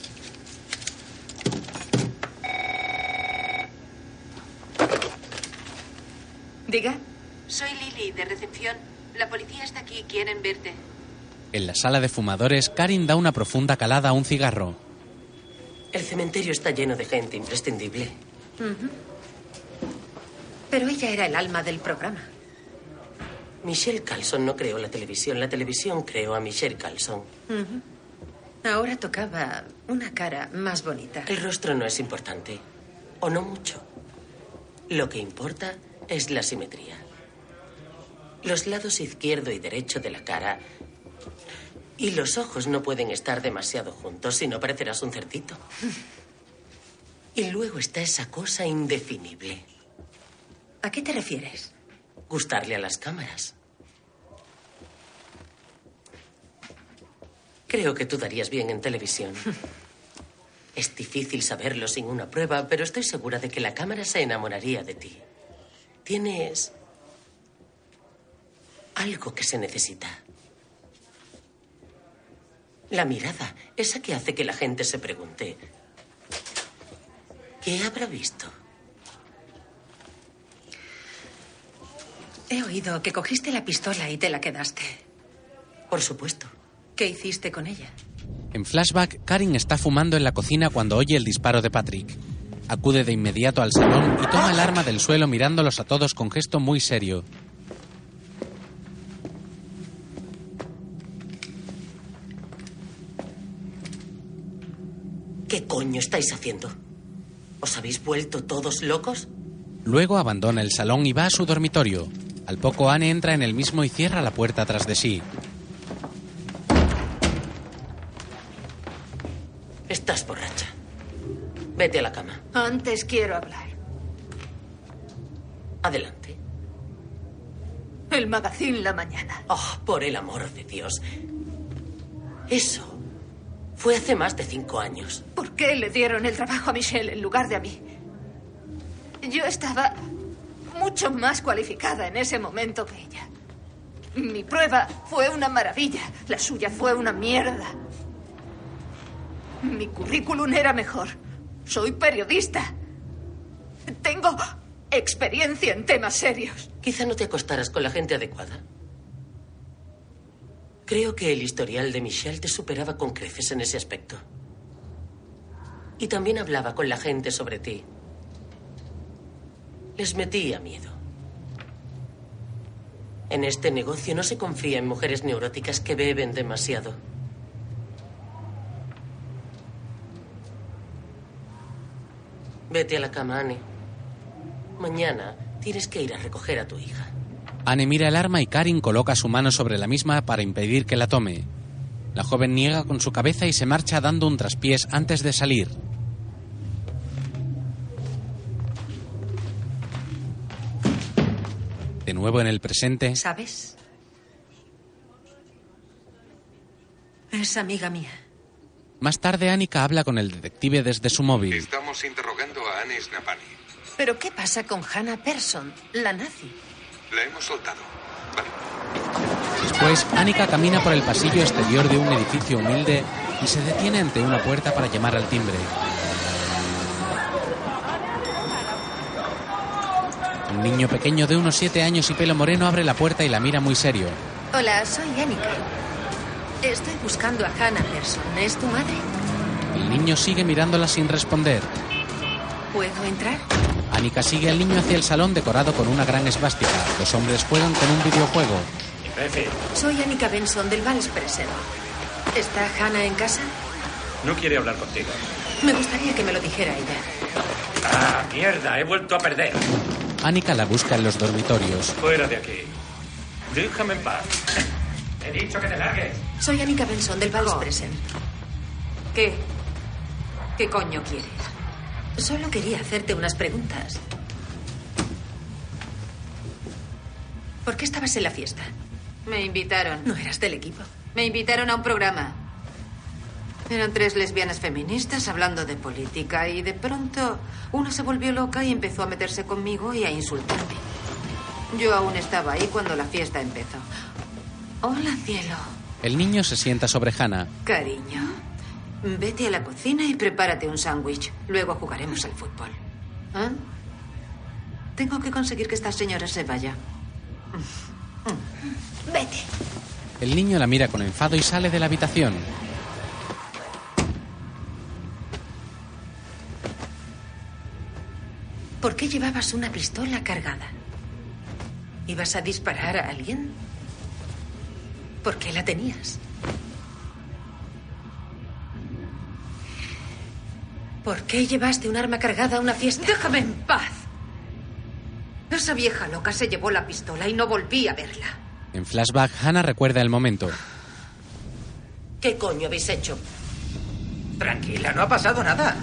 [SPEAKER 5] Diga.
[SPEAKER 18] Soy Lily, de recepción. La policía está aquí, quieren verte.
[SPEAKER 1] En la sala de fumadores, Karin da una profunda calada a un cigarro.
[SPEAKER 12] El cementerio está lleno de gente imprescindible.
[SPEAKER 3] Ujú. Pero ella era el alma del programa.
[SPEAKER 12] Michelle Carlson no creó la televisión, la televisión creó a Michelle Carlson.
[SPEAKER 3] Ujú. Ahora tocaba una cara más bonita.
[SPEAKER 12] El rostro no es importante, o no mucho. Lo que importa es la simetría. Los lados izquierdo y derecho de la cara y los ojos no pueden estar demasiado juntos, si no parecerás un cerdito. Y luego está esa cosa indefinible.
[SPEAKER 3] ¿A qué te refieres?
[SPEAKER 12] Gustarle a las cámaras. Creo que tú darías bien en televisión. Es difícil saberlo sin una prueba, pero estoy segura de que la cámara se enamoraría de ti. Tienes algo que se necesita. La mirada, esa que hace que la gente se pregunte, ¿qué habrá visto?
[SPEAKER 3] He oído que cogiste la pistola y te la quedaste.
[SPEAKER 12] Por supuesto.
[SPEAKER 3] ¿Qué hiciste con ella?
[SPEAKER 1] En flashback, Karin está fumando en la cocina cuando oye el disparo de Patrick. Acude de inmediato al salón y toma el arma del suelo mirándolos a todos con gesto muy serio.
[SPEAKER 12] ¿Qué coño estáis haciendo? ¿Os habéis vuelto todos locos?
[SPEAKER 1] Luego abandona el salón y va a su dormitorio. Al poco Anne entra en el mismo y cierra la puerta tras de sí.
[SPEAKER 12] Estás borracha. Vete a la cama.
[SPEAKER 5] Antes quiero hablar.
[SPEAKER 12] Adelante.
[SPEAKER 5] El magazine la mañana.
[SPEAKER 12] Oh, por el amor de Dios. Eso fue hace más de cinco años.
[SPEAKER 5] ¿Por qué le dieron el trabajo a Michelle en lugar de a mí? Yo estaba mucho más cualificada en ese momento que ella. Mi prueba fue una maravilla, la suya fue una mierda. Mi currículum era mejor. Soy periodista. Tengo experiencia en temas serios.
[SPEAKER 12] Quizá no te acostarás con la gente adecuada. Creo que el historial de Michelle te superaba con creces en ese aspecto. Y también hablaba con la gente sobre ti. Les metía miedo. En este negocio no se confía en mujeres neuróticas que beben demasiado. Vete a la cama, Annie. Mañana tienes que ir a recoger a tu hija.
[SPEAKER 1] Anne mira el arma y Karin coloca su mano sobre la misma para impedir que la tome. La joven niega con su cabeza y se marcha dando un traspiés antes de salir. De nuevo en el presente,
[SPEAKER 3] ¿Sabes? Es amiga mía.
[SPEAKER 1] más tarde Annika habla con el detective desde su móvil.
[SPEAKER 4] Estamos interrogando a Anne Snapani.
[SPEAKER 3] ¿Pero qué pasa con Hannah Persson, la nazi?
[SPEAKER 4] La hemos soltado.
[SPEAKER 1] Después, Annika camina por el pasillo exterior de un edificio humilde y se detiene ante una puerta para llamar al timbre. Un niño pequeño de unos 7 años y pelo moreno abre la puerta y la mira muy serio.
[SPEAKER 3] Hola, soy Annika. Estoy buscando a Hannah Persson. ¿Es tu madre?
[SPEAKER 1] El niño sigue mirándola sin responder.
[SPEAKER 3] ¿Puedo entrar?
[SPEAKER 1] Annika sigue al niño hacia el salón decorado con una gran esvástica. Los hombres juegan con un videojuego.
[SPEAKER 3] Soy Annika Benson del Vals Present. ¿Está Hannah en casa?
[SPEAKER 15] No quiere hablar contigo.
[SPEAKER 3] Me gustaría que me lo dijera ella.
[SPEAKER 15] Ah, mierda, he vuelto a perder.
[SPEAKER 1] Annika la busca en los dormitorios.
[SPEAKER 15] Fuera de aquí. Déjame en paz. He dicho que te largues.
[SPEAKER 3] Soy Annika Benson del Vals Present.
[SPEAKER 34] ¿Qué? ¿Qué coño quieres?
[SPEAKER 3] Solo quería hacerte unas preguntas. ¿Por qué estabas en la fiesta?
[SPEAKER 34] Me invitaron.
[SPEAKER 3] No eras del equipo.
[SPEAKER 34] Me invitaron a un programa. Eran tres lesbianas feministas hablando de política y de pronto una se volvió loca y empezó a meterse conmigo y a insultarme. Yo aún estaba ahí cuando la fiesta empezó. Hola, cielo.
[SPEAKER 1] El niño se sienta sobre Hannah.
[SPEAKER 34] Cariño, vete a la cocina y prepárate un sándwich. Luego jugaremos al fútbol. ¿Ah? Tengo que conseguir que esta señora se vaya.
[SPEAKER 35] Vete.
[SPEAKER 1] El niño la mira con enfado y sale de la habitación.
[SPEAKER 3] ¿Por qué llevabas una pistola cargada? ¿Ibas a disparar a alguien? ¿Por qué la tenías? ¿Por qué llevaste un arma cargada a una fiesta?
[SPEAKER 34] Déjame en paz. Esa vieja loca se llevó la pistola y no volví a verla.
[SPEAKER 1] En flashback, Hannah recuerda el momento.
[SPEAKER 36] ¿Qué coño habéis hecho?
[SPEAKER 11] Tranquila, no ha pasado nada.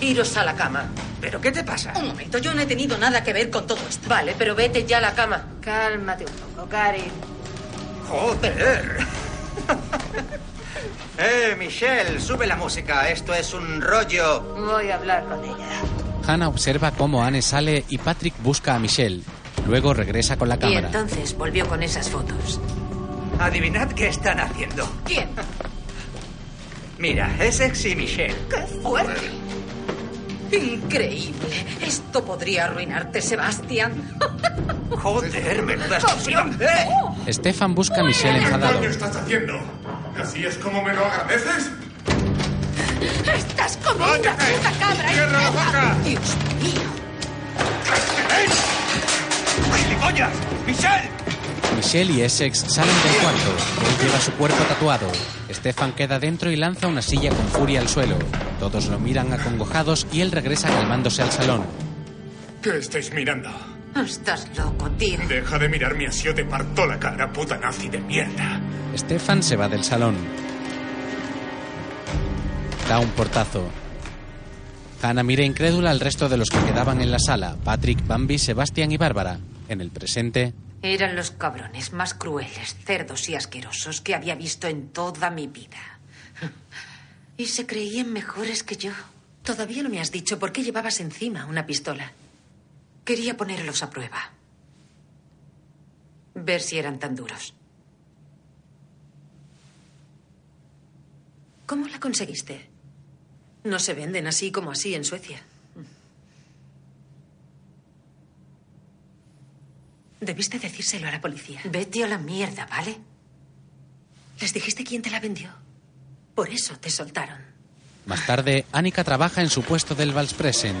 [SPEAKER 36] Iros a la cama.
[SPEAKER 11] ¿Pero qué te pasa?
[SPEAKER 36] Un momento, yo no he tenido nada que ver con todo esto. Vale, pero vete ya a la cama.
[SPEAKER 34] Cálmate un poco, Karen.
[SPEAKER 11] Joder. eh, Michelle, sube la música. Esto es un rollo.
[SPEAKER 34] Voy a hablar con ella.
[SPEAKER 1] Hannah observa cómo Anne sale y Patrick busca a Michelle. Luego regresa con la
[SPEAKER 34] Y
[SPEAKER 1] cámara.
[SPEAKER 34] entonces volvió con esas fotos.
[SPEAKER 11] Adivinad qué están haciendo.
[SPEAKER 34] ¿Quién?
[SPEAKER 11] Mira, es sexy Michelle.
[SPEAKER 31] ¡Qué fuerte! Increíble. Esto podría arruinarte, Sebastián. ¡Oh!
[SPEAKER 11] Joder, menuda explosión.
[SPEAKER 1] Stefan busca a Michelle enfadado.
[SPEAKER 23] estás haciendo? ¿Así es como me lo agradeces?
[SPEAKER 31] ¡Estás como una puta cabra!
[SPEAKER 23] ¡Cierra la boca!
[SPEAKER 31] ¡Dios mío!
[SPEAKER 11] ¡Gilipollas! ¡Michelle!
[SPEAKER 1] Michelle y Essex salen del cuarto. Él lleva su cuerpo tatuado. Stefan queda dentro y lanza una silla con furia al suelo. Todos lo miran acongojados y él regresa calmándose al salón.
[SPEAKER 23] ¿Qué estáis mirando?
[SPEAKER 34] Estás loco, tío.
[SPEAKER 23] Deja de mirarme así o te parto la cara, puta nazi de mierda.
[SPEAKER 1] Stefan se va del salón. Da un portazo. Hannah mira incrédula al resto de los que quedaban en la sala. Patrick, Bambi, Sebastián y Bárbara. En el presente,
[SPEAKER 34] Eran los cabrones más crueles, cerdos y asquerosos que había visto en toda mi vida. Y se creían mejores que yo.
[SPEAKER 3] Todavía no me has dicho por qué llevabas encima una pistola.
[SPEAKER 34] Quería ponerlos a prueba. Ver si eran tan duros.
[SPEAKER 3] ¿Cómo la conseguiste? No se venden así como así en Suecia. Debiste decírselo a la policía.
[SPEAKER 34] Vete a la mierda, ¿vale?
[SPEAKER 3] Les dijiste quién te la vendió. Por eso te soltaron.
[SPEAKER 1] más tarde, Annika trabaja en su puesto del Valspresen.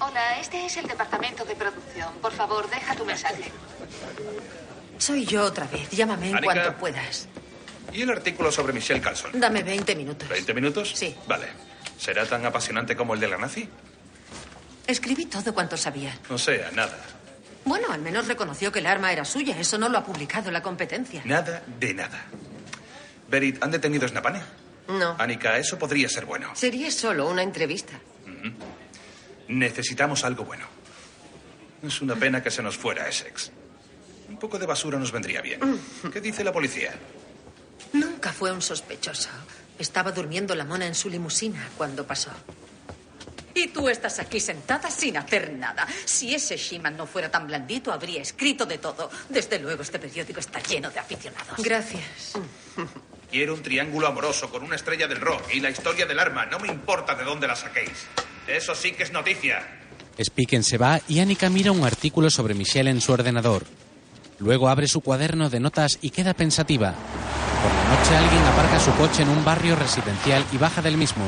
[SPEAKER 8] Hola, este es el departamento de producción. Por favor, deja tu mensaje.
[SPEAKER 3] Soy yo otra vez. Llámame en
[SPEAKER 15] Annika.
[SPEAKER 3] cuanto puedas.
[SPEAKER 15] ¿Y el artículo sobre Michelle Carlson?
[SPEAKER 3] Dame 20 minutos.
[SPEAKER 15] ¿20 minutos? Sí. Vale. ¿Será tan apasionante como el de la nazi?
[SPEAKER 3] Escribí todo cuanto sabía.
[SPEAKER 15] O sea, nada.
[SPEAKER 3] Bueno, al menos reconoció que el arma era suya. Eso no lo ha publicado la competencia.
[SPEAKER 15] Nada de nada. Berit, ¿han detenido a Snapane?
[SPEAKER 36] No.
[SPEAKER 15] Anika, eso podría ser bueno.
[SPEAKER 36] Sería solo una entrevista.
[SPEAKER 15] Necesitamos algo bueno.
[SPEAKER 4] Es una pena que se nos fuera Essex. Un poco de basura nos vendría bien. ¿Qué dice la policía?
[SPEAKER 6] Nunca fue un sospechoso. Estaba durmiendo la mona en su limusina cuando pasó.
[SPEAKER 33] Y tú estás aquí sentada sin hacer nada. Si ese Shiman no fuera tan blandito, habría escrito de todo. Desde luego, este periódico está lleno de aficionados.
[SPEAKER 6] Gracias.
[SPEAKER 15] Quiero un triángulo amoroso con una estrella del rock y la historia del arma. No me importa de dónde la saquéis. De eso sí que es noticia.
[SPEAKER 1] Spiken se va y Annika mira un artículo sobre Michelle en su ordenador. Luego abre su cuaderno de notas y queda pensativa. Por la noche alguien aparca su coche en un barrio residencial y baja del mismo.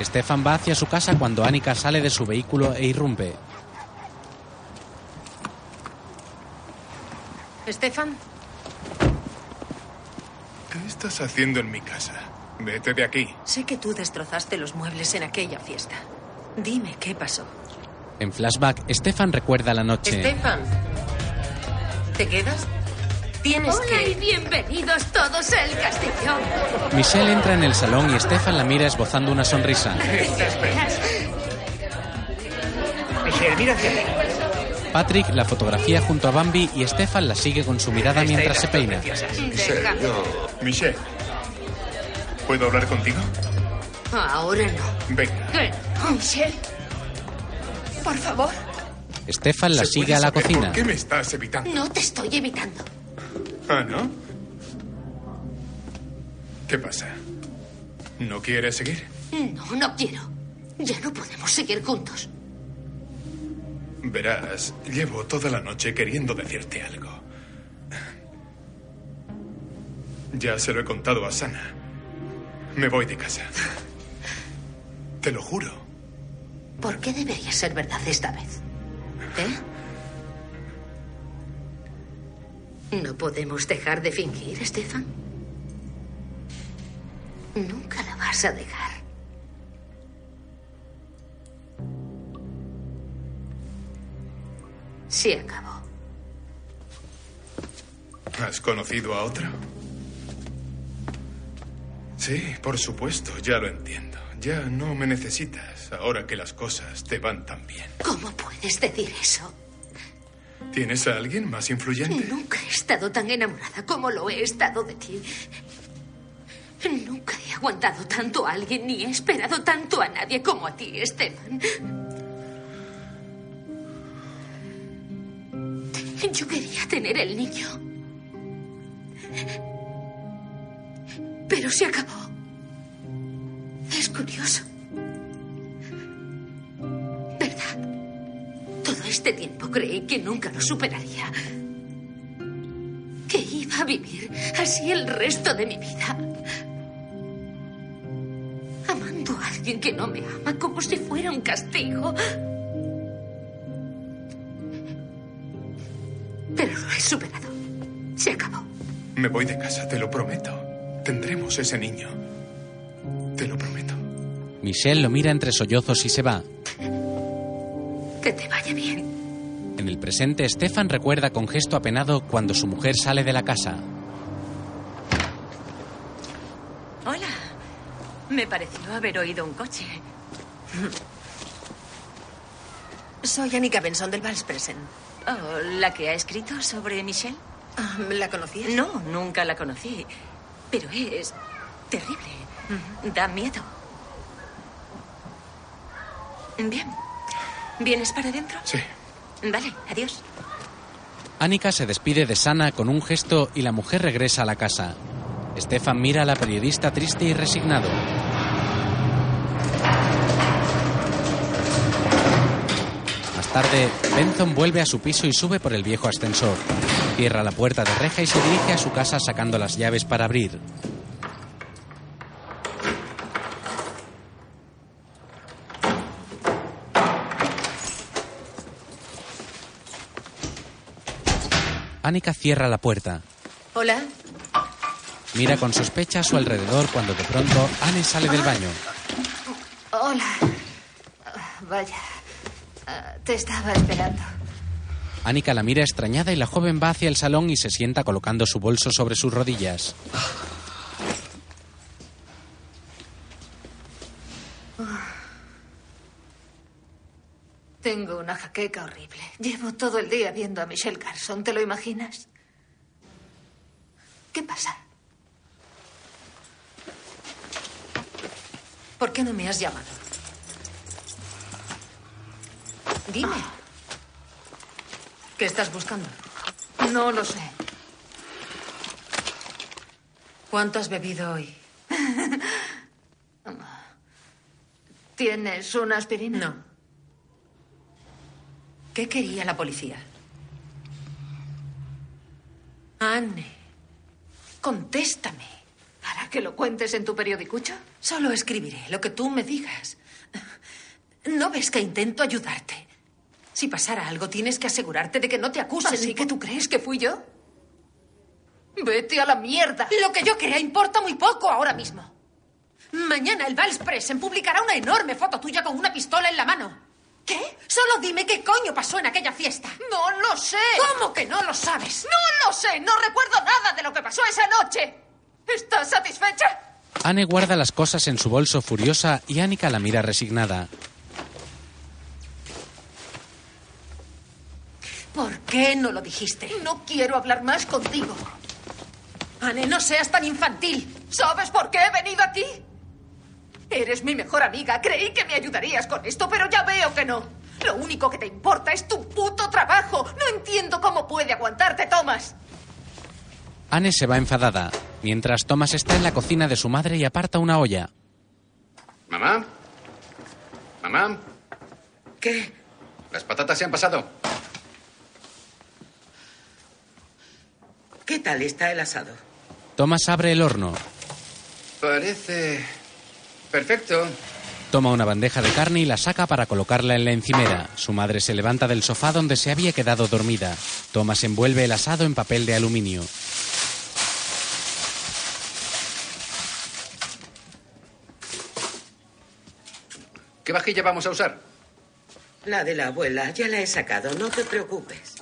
[SPEAKER 1] Stefan va hacia su casa cuando Annika sale de su vehículo e irrumpe.
[SPEAKER 33] Estefan,
[SPEAKER 23] ¿Qué estás haciendo en mi casa? Vete de aquí.
[SPEAKER 6] Sé que tú destrozaste los muebles en aquella fiesta. Dime qué pasó.
[SPEAKER 1] En flashback, Stefan recuerda la noche.
[SPEAKER 3] Este-
[SPEAKER 6] Stefan, ¿te quedas?
[SPEAKER 9] Tienes Hola y bienvenidos todos al castillo.
[SPEAKER 1] Michelle entra en el salón y Stefan la mira esbozando una sonrisa.
[SPEAKER 24] Michelle, mira hacia ti.
[SPEAKER 1] Patrick la fotografía junto a Bambi y Stefan la sigue con su mirada mientras se peina.
[SPEAKER 23] Michelle, yo... Michelle, ¿puedo hablar contigo?
[SPEAKER 9] Ahora no.
[SPEAKER 23] Venga.
[SPEAKER 9] ¿Qué?
[SPEAKER 5] Michelle, por favor.
[SPEAKER 1] Stefan la
[SPEAKER 23] ¿Se
[SPEAKER 1] sigue
[SPEAKER 23] puede
[SPEAKER 1] a la
[SPEAKER 23] saber
[SPEAKER 1] cocina.
[SPEAKER 23] ¿Por qué me estás evitando?
[SPEAKER 9] No te estoy evitando.
[SPEAKER 23] Ah, ¿no? ¿Qué pasa? ¿No quieres seguir?
[SPEAKER 9] No, no quiero. Ya no podemos seguir juntos.
[SPEAKER 23] Verás, llevo toda la noche queriendo decirte algo. Ya se lo he contado a Sana. Me voy de casa. Te lo juro.
[SPEAKER 9] ¿Por qué debería ser verdad esta vez? ¿Eh? No podemos dejar de fingir, Estefan. Nunca la vas a dejar. Sí, acabó.
[SPEAKER 23] ¿Has conocido a otro? Sí, por supuesto, ya lo entiendo. Ya no me necesitas ahora que las cosas te van tan bien.
[SPEAKER 9] ¿Cómo puedes decir eso?
[SPEAKER 23] ¿Tienes a alguien más influyente?
[SPEAKER 9] Nunca he estado tan enamorada como lo he estado de ti. Nunca he aguantado tanto a alguien ni he esperado tanto a nadie como a ti, Esteban. Yo quería tener el niño. Pero se acabó. Es curioso. ¿Verdad? Todo este tiempo creí que nunca lo superaría. Que iba a vivir así el resto de mi vida. Amando a alguien que no me ama como si fuera un castigo. Pero lo he superado. Se acabó.
[SPEAKER 23] Me voy de casa, te lo prometo. Tendremos ese niño. Te lo prometo.
[SPEAKER 1] Michelle lo mira entre sollozos y se va.
[SPEAKER 9] Que te vaya bien.
[SPEAKER 1] En el presente, Stefan recuerda con gesto apenado cuando su mujer sale de la casa.
[SPEAKER 6] Hola. Me pareció haber oído un coche. Soy Annika Benson del Vals Present.
[SPEAKER 37] Oh, ¿La que ha escrito sobre Michelle?
[SPEAKER 6] Ah, ¿La conocías?
[SPEAKER 37] No, nunca la conocí. Pero es terrible. Da miedo. Bien. ¿Vienes para adentro?
[SPEAKER 23] Sí.
[SPEAKER 37] Vale, adiós.
[SPEAKER 1] Annika se despide de Sana con un gesto y la mujer regresa a la casa. Stefan mira a la periodista triste y resignado. Más tarde, Benson vuelve a su piso y sube por el viejo ascensor. Cierra la puerta de reja y se dirige a su casa sacando las llaves para abrir. Annika cierra la puerta.
[SPEAKER 6] Hola.
[SPEAKER 1] Mira con sospecha a su alrededor cuando de pronto Anne sale del baño.
[SPEAKER 3] Hola. Ah, Vaya. Ah, Te estaba esperando.
[SPEAKER 1] Annika la mira extrañada y la joven va hacia el salón y se sienta colocando su bolso sobre sus rodillas.
[SPEAKER 3] Ah.
[SPEAKER 8] Tengo una jaqueca horrible. Llevo todo el día viendo a Michelle Carson, ¿te lo imaginas? ¿Qué pasa? ¿Por qué no me has llamado? Dime. ¿Qué estás buscando? No lo sé.
[SPEAKER 3] ¿Cuánto has bebido hoy?
[SPEAKER 8] ¿Tienes una aspirina? No.
[SPEAKER 3] ¿Qué quería la policía? Anne, contéstame.
[SPEAKER 8] ¿Para que lo cuentes en tu periodicucho?
[SPEAKER 3] Solo escribiré lo que tú me digas. ¿No ves que intento ayudarte? Si pasara algo, tienes que asegurarte de que no te acusen.
[SPEAKER 8] ¿Así
[SPEAKER 3] ni
[SPEAKER 8] que
[SPEAKER 3] po-
[SPEAKER 8] tú crees que fui yo? Vete a la mierda.
[SPEAKER 3] Lo que yo crea importa muy poco ahora mismo. Mañana el Vals Pressen publicará una enorme foto tuya con una pistola en la mano. ¿Qué? Solo dime qué coño pasó en aquella fiesta.
[SPEAKER 8] No lo sé.
[SPEAKER 3] ¿Cómo que no lo sabes?
[SPEAKER 8] No lo sé. No recuerdo nada de lo que pasó esa noche. ¿Estás satisfecha?
[SPEAKER 1] Anne guarda las cosas en su bolso furiosa y Annika la mira resignada.
[SPEAKER 3] ¿Por qué no lo dijiste?
[SPEAKER 8] No quiero hablar más contigo.
[SPEAKER 3] Anne, no seas tan infantil.
[SPEAKER 8] ¿Sabes por qué he venido aquí? Eres mi mejor amiga. Creí que me ayudarías con esto, pero ya veo que no. Lo único que te importa es tu puto trabajo. No entiendo cómo puede aguantarte, Thomas.
[SPEAKER 1] Anne se va enfadada, mientras Thomas está en la cocina de su madre y aparta una olla.
[SPEAKER 2] ¿Mamá? ¿Mamá?
[SPEAKER 3] ¿Qué?
[SPEAKER 2] Las patatas se han pasado.
[SPEAKER 18] ¿Qué tal está el asado?
[SPEAKER 1] Thomas abre el horno,
[SPEAKER 2] Parece... Perfecto.
[SPEAKER 1] toma una bandeja de carne y la saca para colocarla en la encimera. Su madre se levanta del sofá donde se había quedado dormida. Thomas envuelve el asado en papel de aluminio.
[SPEAKER 2] ¿Qué vajilla vamos a usar?
[SPEAKER 18] La de la abuela, ya la he sacado, no te preocupes.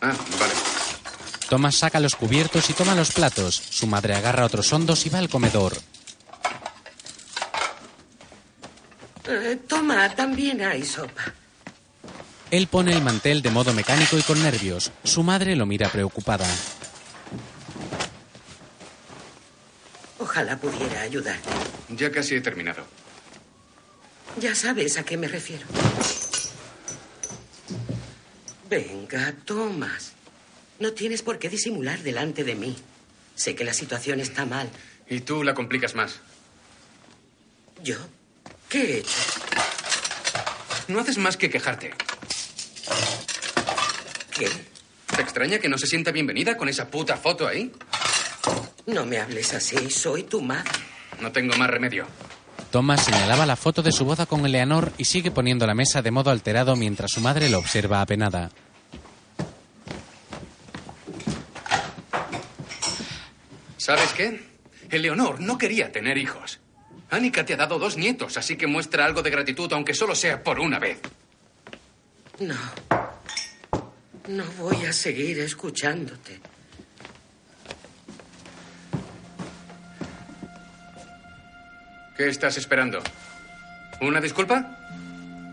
[SPEAKER 2] Ah, vale.
[SPEAKER 1] Thomas saca los cubiertos y toma los platos. Su madre agarra otros hondos y va al comedor.
[SPEAKER 18] Eh, toma, también hay sopa.
[SPEAKER 1] Él pone el mantel de modo mecánico y con nervios. Su madre lo mira preocupada.
[SPEAKER 18] Ojalá pudiera ayudarte.
[SPEAKER 2] Ya casi he terminado.
[SPEAKER 18] Ya sabes a qué me refiero. Venga, Tomás. No tienes por qué disimular delante de mí. Sé que la situación está mal.
[SPEAKER 2] Y tú la complicas más.
[SPEAKER 18] ¿Yo? ¿Qué he hecho?
[SPEAKER 2] No haces más que quejarte.
[SPEAKER 18] ¿Qué?
[SPEAKER 2] ¿Te extraña que no se sienta bienvenida con esa puta foto ahí?
[SPEAKER 18] No me hables así, soy tu madre.
[SPEAKER 2] No tengo más remedio.
[SPEAKER 1] Thomas señalaba la foto de su boda con Eleanor y sigue poniendo la mesa de modo alterado mientras su madre lo observa apenada.
[SPEAKER 2] ¿Sabes qué? Eleonor no quería tener hijos. Annika te ha dado dos nietos, así que muestra algo de gratitud, aunque solo sea por una vez.
[SPEAKER 18] No. No voy a seguir escuchándote.
[SPEAKER 2] ¿Qué estás esperando? ¿Una disculpa?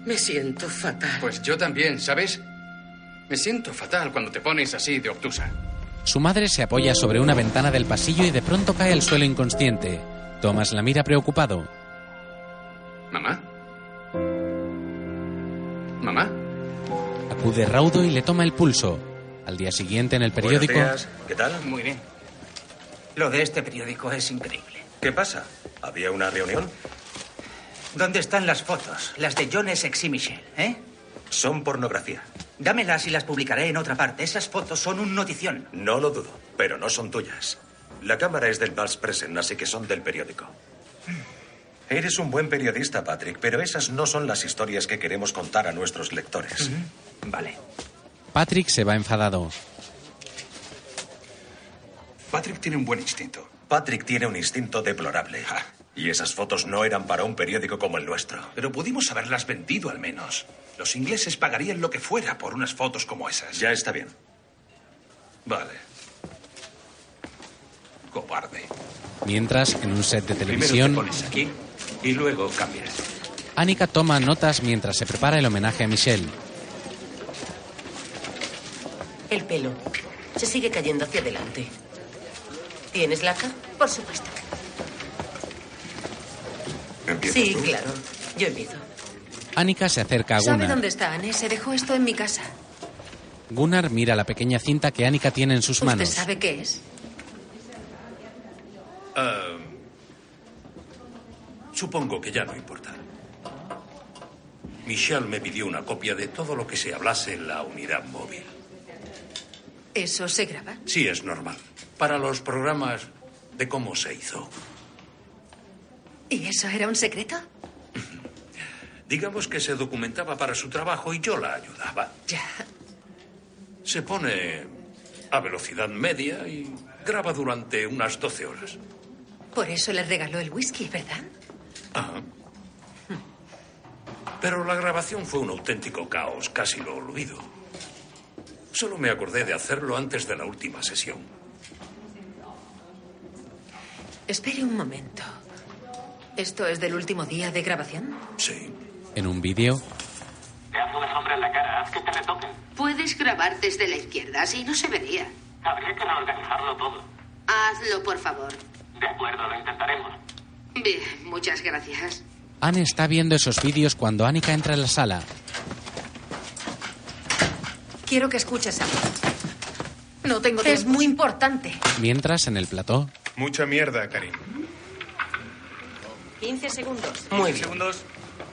[SPEAKER 18] Me siento fatal.
[SPEAKER 2] Pues yo también, ¿sabes? Me siento fatal cuando te pones así de obtusa.
[SPEAKER 1] Su madre se apoya sobre una ventana del pasillo y de pronto cae al suelo inconsciente. Thomas la mira preocupado.
[SPEAKER 2] ¿Mamá? ¿Mamá?
[SPEAKER 1] Acude raudo y le toma el pulso. Al día siguiente en el periódico,
[SPEAKER 15] Buenos días. ¿Qué tal? Muy bien. Lo de este periódico es increíble. ¿Qué pasa? ¿Había una reunión?
[SPEAKER 11] ¿Dónde están las fotos? Las de John Essex y Michelle, ¿eh?
[SPEAKER 15] Son pornografía.
[SPEAKER 11] Dámelas y las publicaré en otra parte. Esas fotos son un notición.
[SPEAKER 13] No lo dudo, pero no son tuyas. La cámara es del Vals Present, así que son del periódico. Eres un buen periodista, Patrick, pero esas no son las historias que queremos contar a nuestros lectores. Vale.
[SPEAKER 1] Patrick se va enfadado.
[SPEAKER 13] Patrick tiene un buen instinto. Patrick tiene un instinto deplorable. Y esas fotos no eran para un periódico como el nuestro.
[SPEAKER 15] Pero pudimos haberlas vendido al menos. Los ingleses pagarían lo que fuera por unas fotos como esas.
[SPEAKER 13] Ya está bien.
[SPEAKER 15] Vale. Cobarde.
[SPEAKER 1] Mientras, en un set de
[SPEAKER 15] Primero
[SPEAKER 1] televisión,
[SPEAKER 15] te pones aquí y luego cambias.
[SPEAKER 1] Annika toma notas mientras se prepara el homenaje a Michelle.
[SPEAKER 12] El pelo se sigue cayendo hacia adelante. ¿Tienes laca?
[SPEAKER 9] Por supuesto.
[SPEAKER 12] Sí, claro. Yo empiezo.
[SPEAKER 1] Annika se acerca a
[SPEAKER 38] ¿Sabe
[SPEAKER 1] Gunnar.
[SPEAKER 38] dónde está Anne? Se dejó esto en mi casa.
[SPEAKER 1] Gunnar mira la pequeña cinta que Annika tiene en sus
[SPEAKER 38] ¿Usted
[SPEAKER 1] manos.
[SPEAKER 38] sabe qué es?
[SPEAKER 6] Ah, supongo que ya no importa. Michelle me pidió una copia de todo lo que se hablase en la unidad móvil.
[SPEAKER 38] ¿Eso se graba?
[SPEAKER 6] Sí, es normal. Para los programas de cómo se hizo.
[SPEAKER 38] ¿Y eso era un secreto?
[SPEAKER 6] Digamos que se documentaba para su trabajo y yo la ayudaba.
[SPEAKER 38] Ya.
[SPEAKER 6] Se pone a velocidad media y graba durante unas 12 horas.
[SPEAKER 38] Por eso le regaló el whisky, ¿verdad?
[SPEAKER 6] Ajá. Pero la grabación fue un auténtico caos, casi lo olvido. Solo me acordé de hacerlo antes de la última sesión.
[SPEAKER 38] Espere un momento. ¿Esto es del último día de grabación?
[SPEAKER 6] Sí.
[SPEAKER 1] En un vídeo,
[SPEAKER 9] Puedes grabar desde la izquierda, así no se vería.
[SPEAKER 18] Habría que reorganizarlo todo.
[SPEAKER 9] Hazlo, por favor.
[SPEAKER 18] De acuerdo, lo intentaremos.
[SPEAKER 9] Bien, muchas gracias.
[SPEAKER 1] Anne está viendo esos vídeos cuando Annika entra en la sala.
[SPEAKER 38] Quiero que escuches algo. No tengo Es muy importante.
[SPEAKER 1] Mientras, en el plató,
[SPEAKER 23] Mucha mierda, Karim.
[SPEAKER 3] 15 segundos.
[SPEAKER 1] Muy bien.
[SPEAKER 23] Segundos.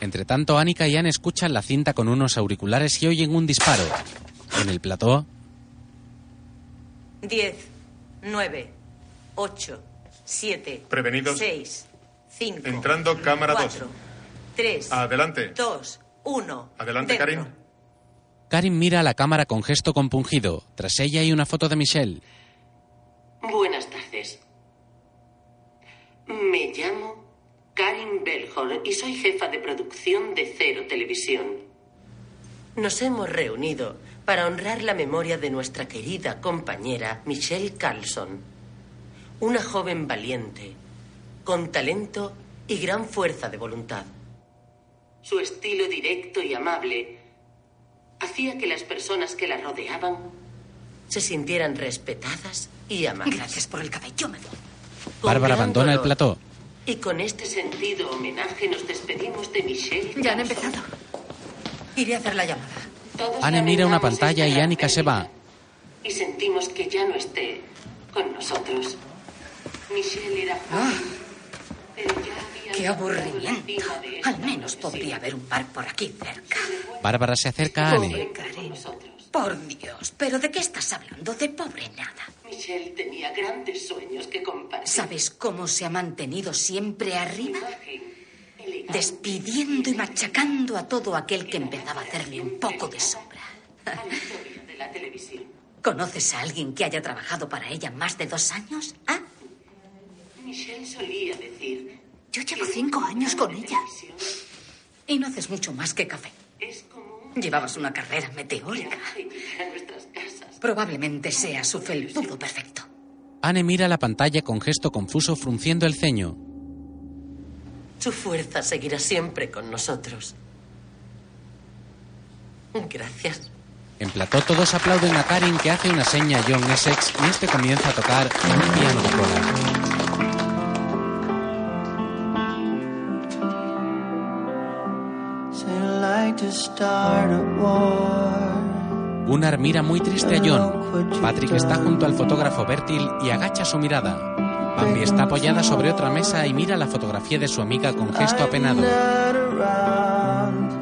[SPEAKER 1] entre tanto, Annika y Anne escuchan la cinta con unos auriculares y oyen un disparo. En el plató,
[SPEAKER 3] 10, 9, 8, 7.
[SPEAKER 23] Prevenidos.
[SPEAKER 3] 6, 5.
[SPEAKER 23] Entrando cámara 2.
[SPEAKER 3] 3,
[SPEAKER 23] Adelante.
[SPEAKER 3] 2, 1.
[SPEAKER 23] Adelante, Karim.
[SPEAKER 1] Karin mira a la cámara con gesto compungido. Tras ella hay una foto de Michelle.
[SPEAKER 8] Buenas tardes. Me llamo Karin Belhor y soy jefa de producción de Cero Televisión.
[SPEAKER 12] Nos hemos reunido para honrar la memoria de nuestra querida compañera Michelle Carlson, una joven valiente, con talento y gran fuerza de voluntad.
[SPEAKER 8] Su estilo directo y amable hacía que las personas que la rodeaban
[SPEAKER 12] Se sintieran respetadas y amadas. Gracias por el cabello,
[SPEAKER 1] Bárbara
[SPEAKER 12] gran
[SPEAKER 1] abandona el
[SPEAKER 12] dolor.
[SPEAKER 1] plató.
[SPEAKER 8] y con este sentido homenaje nos despedimos de Michelle.
[SPEAKER 38] Ya han empezado. Iré a hacer la llamada.
[SPEAKER 8] Todos
[SPEAKER 1] Anne
[SPEAKER 8] la
[SPEAKER 1] mira una
[SPEAKER 8] miramos
[SPEAKER 1] pantalla y Annika se va.
[SPEAKER 8] y sentimos que ya no esté con nosotros. Michelle era
[SPEAKER 3] Ah, Qué aburrimiento.
[SPEAKER 8] este
[SPEAKER 3] Al menos podría haber un bar por aquí cerca.
[SPEAKER 1] Bárbara se acerca a Anne.
[SPEAKER 3] Pobre Karim. Por Dios, ¿pero de qué estás hablando? De pobre nada.
[SPEAKER 8] Michelle tenía grandes sueños que compartir.
[SPEAKER 3] ¿Sabes cómo se ha mantenido siempre arriba? Despidiendo y machacando a todo aquel que empezaba a hacerle un poco de sombra.
[SPEAKER 8] de la televisión.
[SPEAKER 3] ¿Conoces a alguien que haya trabajado para ella más de dos años? ¿Ah?
[SPEAKER 8] Michelle solía decir,
[SPEAKER 3] Yo llevo cinco años con ella. Y no haces mucho más que café. Llevabas una carrera meteórica. Probablemente sea su felpudo perfecto.
[SPEAKER 1] Anne mira la pantalla con gesto confuso frunciendo el ceño.
[SPEAKER 12] Su fuerza seguirá siempre con nosotros. Gracias.
[SPEAKER 1] En plató todos aplauden a Karin que hace una seña a John Essex y este comienza a tocar un piano de cola.
[SPEAKER 39] Say you like to start a war.
[SPEAKER 1] Gunnar mira muy triste a John. Patrick está junto al fotógrafo Bertil y agacha su mirada. Bambi está apoyada sobre otra mesa y mira la fotografía de su amiga con gesto apenado.
[SPEAKER 39] Not around.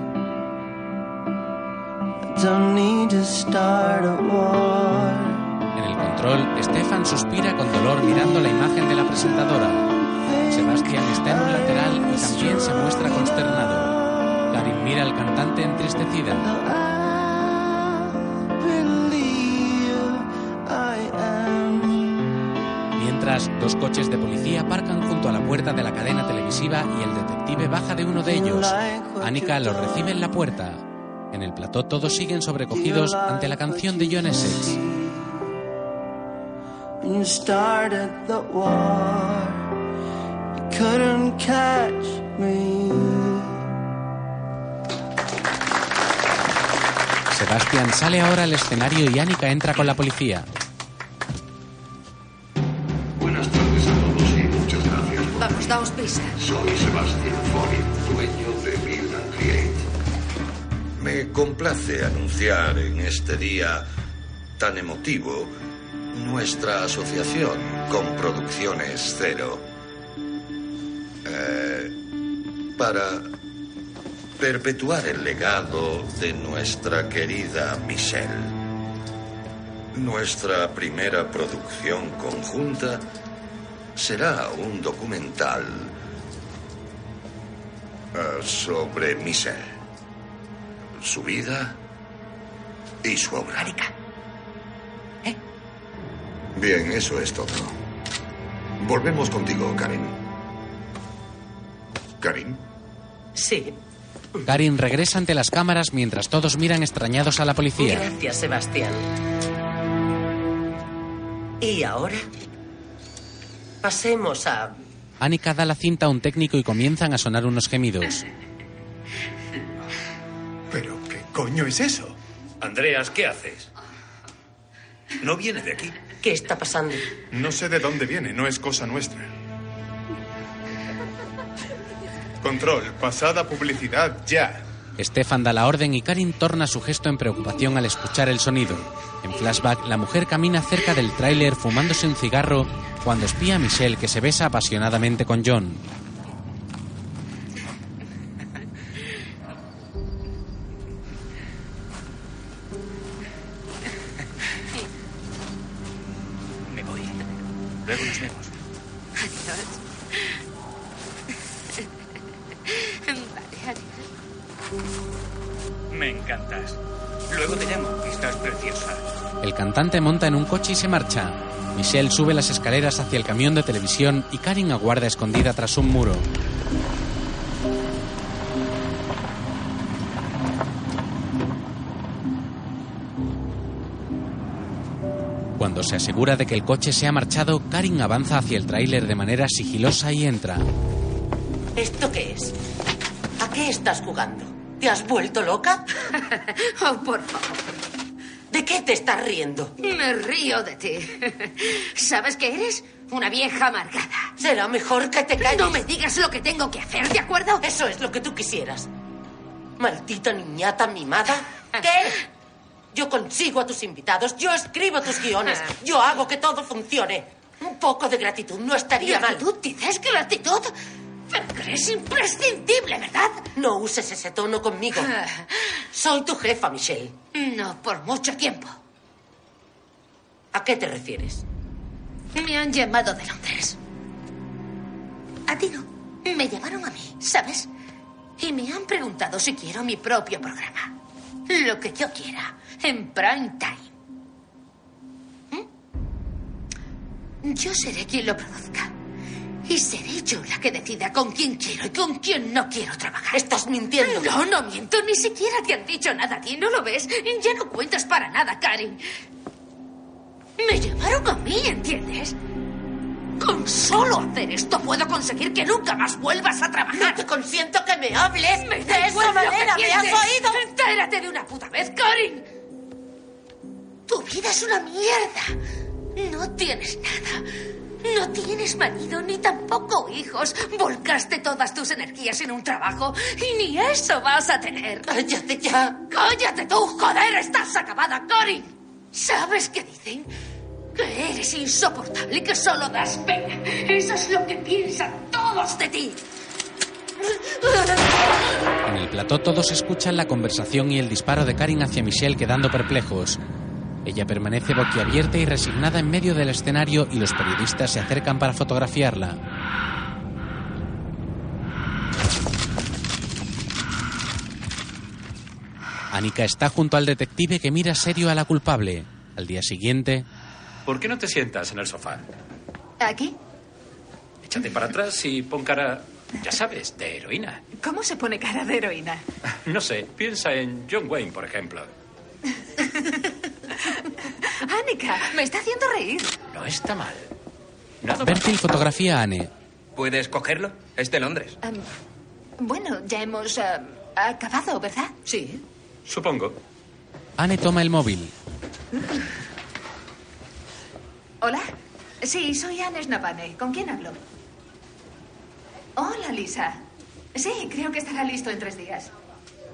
[SPEAKER 39] I don't need to start a war.
[SPEAKER 1] En el control, Stefan suspira con dolor mirando la imagen de la presentadora. Sebastián está en un lateral y también se muestra consternado. Karin mira al cantante entristecida.
[SPEAKER 39] Believe I am.
[SPEAKER 1] Mientras, dos coches de policía aparcan junto a la puerta de la cadena televisiva y el detective baja de uno de ellos. Annika los recibe en la puerta. En el plató todos siguen sobrecogidos ante la canción de John Essex.
[SPEAKER 39] When you started the war, you couldn't catch me.
[SPEAKER 1] Sebastián sale ahora al escenario y Annika entra con la policía.
[SPEAKER 40] Buenas tardes a todos y muchas gracias.
[SPEAKER 3] Vamos, daos prisa.
[SPEAKER 40] Soy Sebastián Forin, dueño de Build and Create.
[SPEAKER 7] Me complace anunciar en este día tan emotivo nuestra asociación con Producciones Cero. Eh, para perpetuar el legado de nuestra querida Michelle. Nuestra primera producción conjunta será un documental eh, sobre Michelle su vida y su obra. Bien, eso es todo. Volvemos contigo, Karin. Karin.
[SPEAKER 12] Sí,
[SPEAKER 1] Karin regresa ante las cámaras mientras todos miran extrañados a la policía.
[SPEAKER 12] gracias, Sebastián. Y ahora pasemos a
[SPEAKER 1] Annika da la cinta a un técnico y comienzan a sonar unos gemidos.
[SPEAKER 23] ¿Pero qué coño es eso?
[SPEAKER 11] Andreas, ¿qué haces? No viene de aquí.
[SPEAKER 12] ¿Qué está pasando?
[SPEAKER 23] No sé de dónde viene, no es cosa nuestra. Control, pasada publicidad, ya.
[SPEAKER 1] Stefan da la orden y Karin torna su gesto en preocupación al escuchar el sonido. En flashback, la mujer camina cerca del tráiler fumándose un cigarro cuando espía a Michelle que se besa apasionadamente con John.
[SPEAKER 11] Me voy. Luego nos vemos.
[SPEAKER 41] Adiós. Vale, adiós.
[SPEAKER 11] Me encantas. Luego te llamo. Estás preciosa.
[SPEAKER 1] El cantante monta en un coche y se marcha. Michelle sube las escaleras hacia el camión de televisión y Karin aguarda escondida tras un muro. Cuando se asegura de que el coche se ha marchado, Karin avanza hacia el tráiler de manera sigilosa y entra.
[SPEAKER 12] ¿Esto qué es? ¿A qué estás jugando? ¿Te has vuelto loca?
[SPEAKER 9] Oh, por favor.
[SPEAKER 12] ¿De qué te estás riendo?
[SPEAKER 9] Me río de ti. ¿Sabes qué eres? Una vieja amargada.
[SPEAKER 12] Será mejor que te calles.
[SPEAKER 9] No me digas lo que tengo que hacer, ¿de acuerdo?
[SPEAKER 12] Eso es lo que tú quisieras. Maldita niñata mimada. ¿Qué? Yo consigo a tus invitados, yo escribo tus guiones, yo hago que todo funcione. Un poco de gratitud no estaría mal.
[SPEAKER 9] ¿Gratitud? ¿Dices gratitud? Pero crees imprescindible, ¿verdad?
[SPEAKER 12] No uses ese tono conmigo.
[SPEAKER 3] Ah.
[SPEAKER 12] Soy tu jefa, Michelle.
[SPEAKER 9] No por mucho tiempo.
[SPEAKER 12] ¿A qué te refieres?
[SPEAKER 9] Me han llamado de Londres. A ti no. Me llamaron a mí, ¿sabes? Y me han preguntado si quiero mi propio programa. Lo que yo quiera, en prime time. ¿Mm? Yo seré quien lo produzca. Y seré yo la que decida con quién quiero y con quién no quiero trabajar.
[SPEAKER 12] Estás mintiendo.
[SPEAKER 9] No, no miento. Ni siquiera te han dicho nada a ti. ¿No lo ves? Ya no cuentas para nada, Karin. Me llamaron a mí, ¿entiendes? Con solo hacer esto puedo conseguir que nunca más vuelvas a trabajar.
[SPEAKER 12] No te consiento que me hables
[SPEAKER 9] Me da
[SPEAKER 12] de
[SPEAKER 9] igual
[SPEAKER 12] esa
[SPEAKER 9] lo que
[SPEAKER 12] manera. ¿Me has
[SPEAKER 9] pienses.
[SPEAKER 12] oído?
[SPEAKER 9] Entérate de una puta vez, Karin. Tu vida es una mierda. No tienes nada. No tienes marido ni tampoco hijos. Volcaste todas tus energías en un trabajo y ni eso vas a tener.
[SPEAKER 12] Cállate ya.
[SPEAKER 9] ¡Cállate tú, joder! ¡Estás acabada, Corin! ¿Sabes qué dicen? Que eres insoportable y que solo das pena. Eso es lo que piensan todos de ti.
[SPEAKER 1] En el plató todos escuchan la conversación y el disparo de Karin hacia Michelle quedando perplejos. Ella permanece boquiabierta y resignada en medio del escenario y los periodistas se acercan para fotografiarla. Annika está junto al detective que mira serio a la culpable. Al día siguiente,
[SPEAKER 6] ¿Por qué no te sientas en el sofá?
[SPEAKER 8] ¿Aquí?
[SPEAKER 6] Échate para atrás y pon cara, ya sabes, de heroína.
[SPEAKER 8] ¿Cómo se pone cara de heroína?
[SPEAKER 6] No sé, piensa en John Wayne, por ejemplo.
[SPEAKER 8] Annika, me está haciendo reír.
[SPEAKER 6] No está mal.
[SPEAKER 1] Bertil fotografía a Anne.
[SPEAKER 42] ¿Puedes cogerlo? Es de Londres.
[SPEAKER 8] Am, bueno, ya hemos am, acabado, ¿verdad?
[SPEAKER 6] Supongo.
[SPEAKER 1] Anne toma el móvil.
[SPEAKER 3] ¿Hola? Sí, soy Anne Snapane. ¿Con quién hablo? Hola, Lisa. Sí, creo que estará listo en tres días.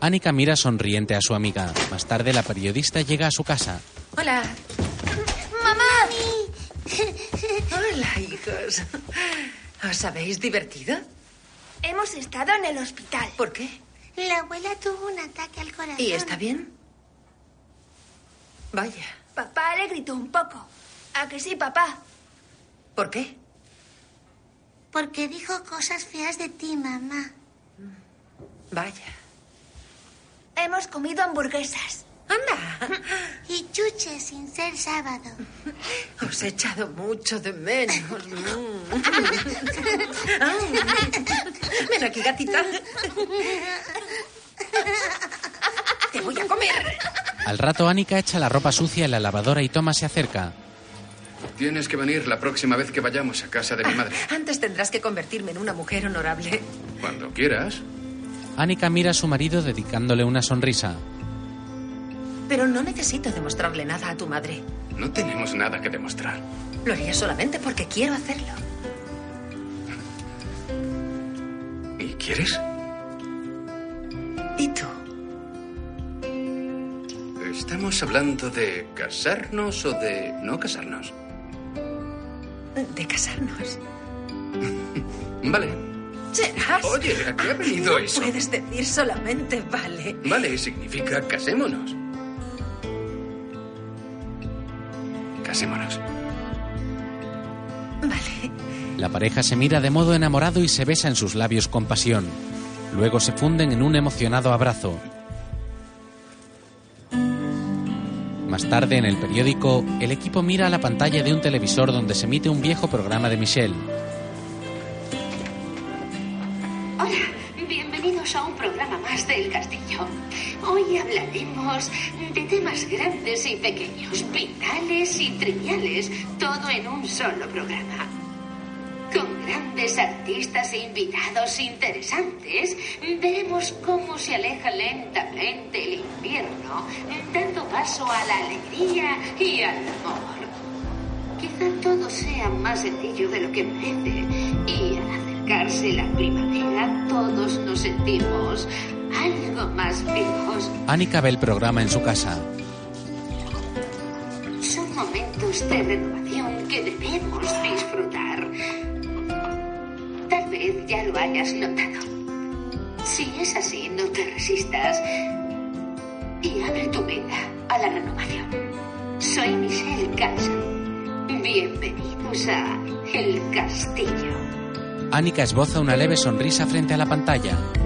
[SPEAKER 1] Annika mira sonriente a su amiga. Más tarde la periodista llega a su casa.
[SPEAKER 3] Hola.
[SPEAKER 5] ¡Mamá!
[SPEAKER 3] Hola, hijos. ¿Os habéis divertido?
[SPEAKER 5] Hemos estado en el hospital.
[SPEAKER 3] ¿Por qué?
[SPEAKER 5] La abuela tuvo un ataque al corazón.
[SPEAKER 3] ¿Y está bien? Vaya.
[SPEAKER 5] Papá le gritó un poco. ¿A que sí, papá?
[SPEAKER 3] ¿Por qué?
[SPEAKER 5] Porque dijo cosas feas de ti, mamá.
[SPEAKER 3] Vaya.
[SPEAKER 5] Hemos comido hamburguesas.
[SPEAKER 3] Anda.
[SPEAKER 5] Y chuches sin ser sábado.
[SPEAKER 3] Os he echado mucho de menos. Mm. Ven aquí, gatita. Te voy a comer.
[SPEAKER 1] Al rato Annika echa la ropa sucia en la lavadora y Thomas se acerca.
[SPEAKER 2] Tienes que venir la próxima vez que vayamos a casa de mi madre.
[SPEAKER 3] Antes tendrás que convertirme en una mujer honorable.
[SPEAKER 2] Cuando quieras.
[SPEAKER 1] Annika mira a su marido dedicándole una sonrisa.
[SPEAKER 3] Pero no necesito demostrarle nada a tu madre.
[SPEAKER 2] No tenemos nada que demostrar.
[SPEAKER 3] Lo haría solamente porque quiero hacerlo.
[SPEAKER 2] ¿Y quieres?
[SPEAKER 3] ¿Y tú?
[SPEAKER 2] ¿Estamos hablando de casarnos o de no casarnos?
[SPEAKER 3] De casarnos.
[SPEAKER 2] Vale.
[SPEAKER 3] Serás.
[SPEAKER 2] Oye, ¿a qué ha venido eso?
[SPEAKER 3] Puedes decir solamente vale.
[SPEAKER 2] Vale, significa casémonos. Casémonos.
[SPEAKER 3] Vale.
[SPEAKER 1] La pareja se mira de modo enamorado y se besa en sus labios con pasión. Luego se funden en un emocionado abrazo. Más tarde, en el periódico, el equipo mira a la pantalla de un televisor donde se emite un viejo programa de Michelle.
[SPEAKER 9] Hola, bienvenidos a un programa más del castillo. Hoy hablaremos de temas grandes y pequeños, vitales y triviales, todo en un solo programa. Con grandes artistas e invitados interesantes, veremos cómo se aleja lentamente el invierno, dando paso a la alegría y al amor. Quizá todo sea más sencillo de lo que parece, y al acercarse la primavera, todos nos sentimos algo más vivos.
[SPEAKER 1] Annika ve el programa en su casa.
[SPEAKER 9] Son momentos de renovación que debemos disfrutar. Tal vez ya lo hayas notado. Si es así, no te resistas y abre tu vida a la renovación. Soy Michelle Carson. Bienvenidos a El Castillo.
[SPEAKER 1] Annika esboza una leve sonrisa frente a la pantalla.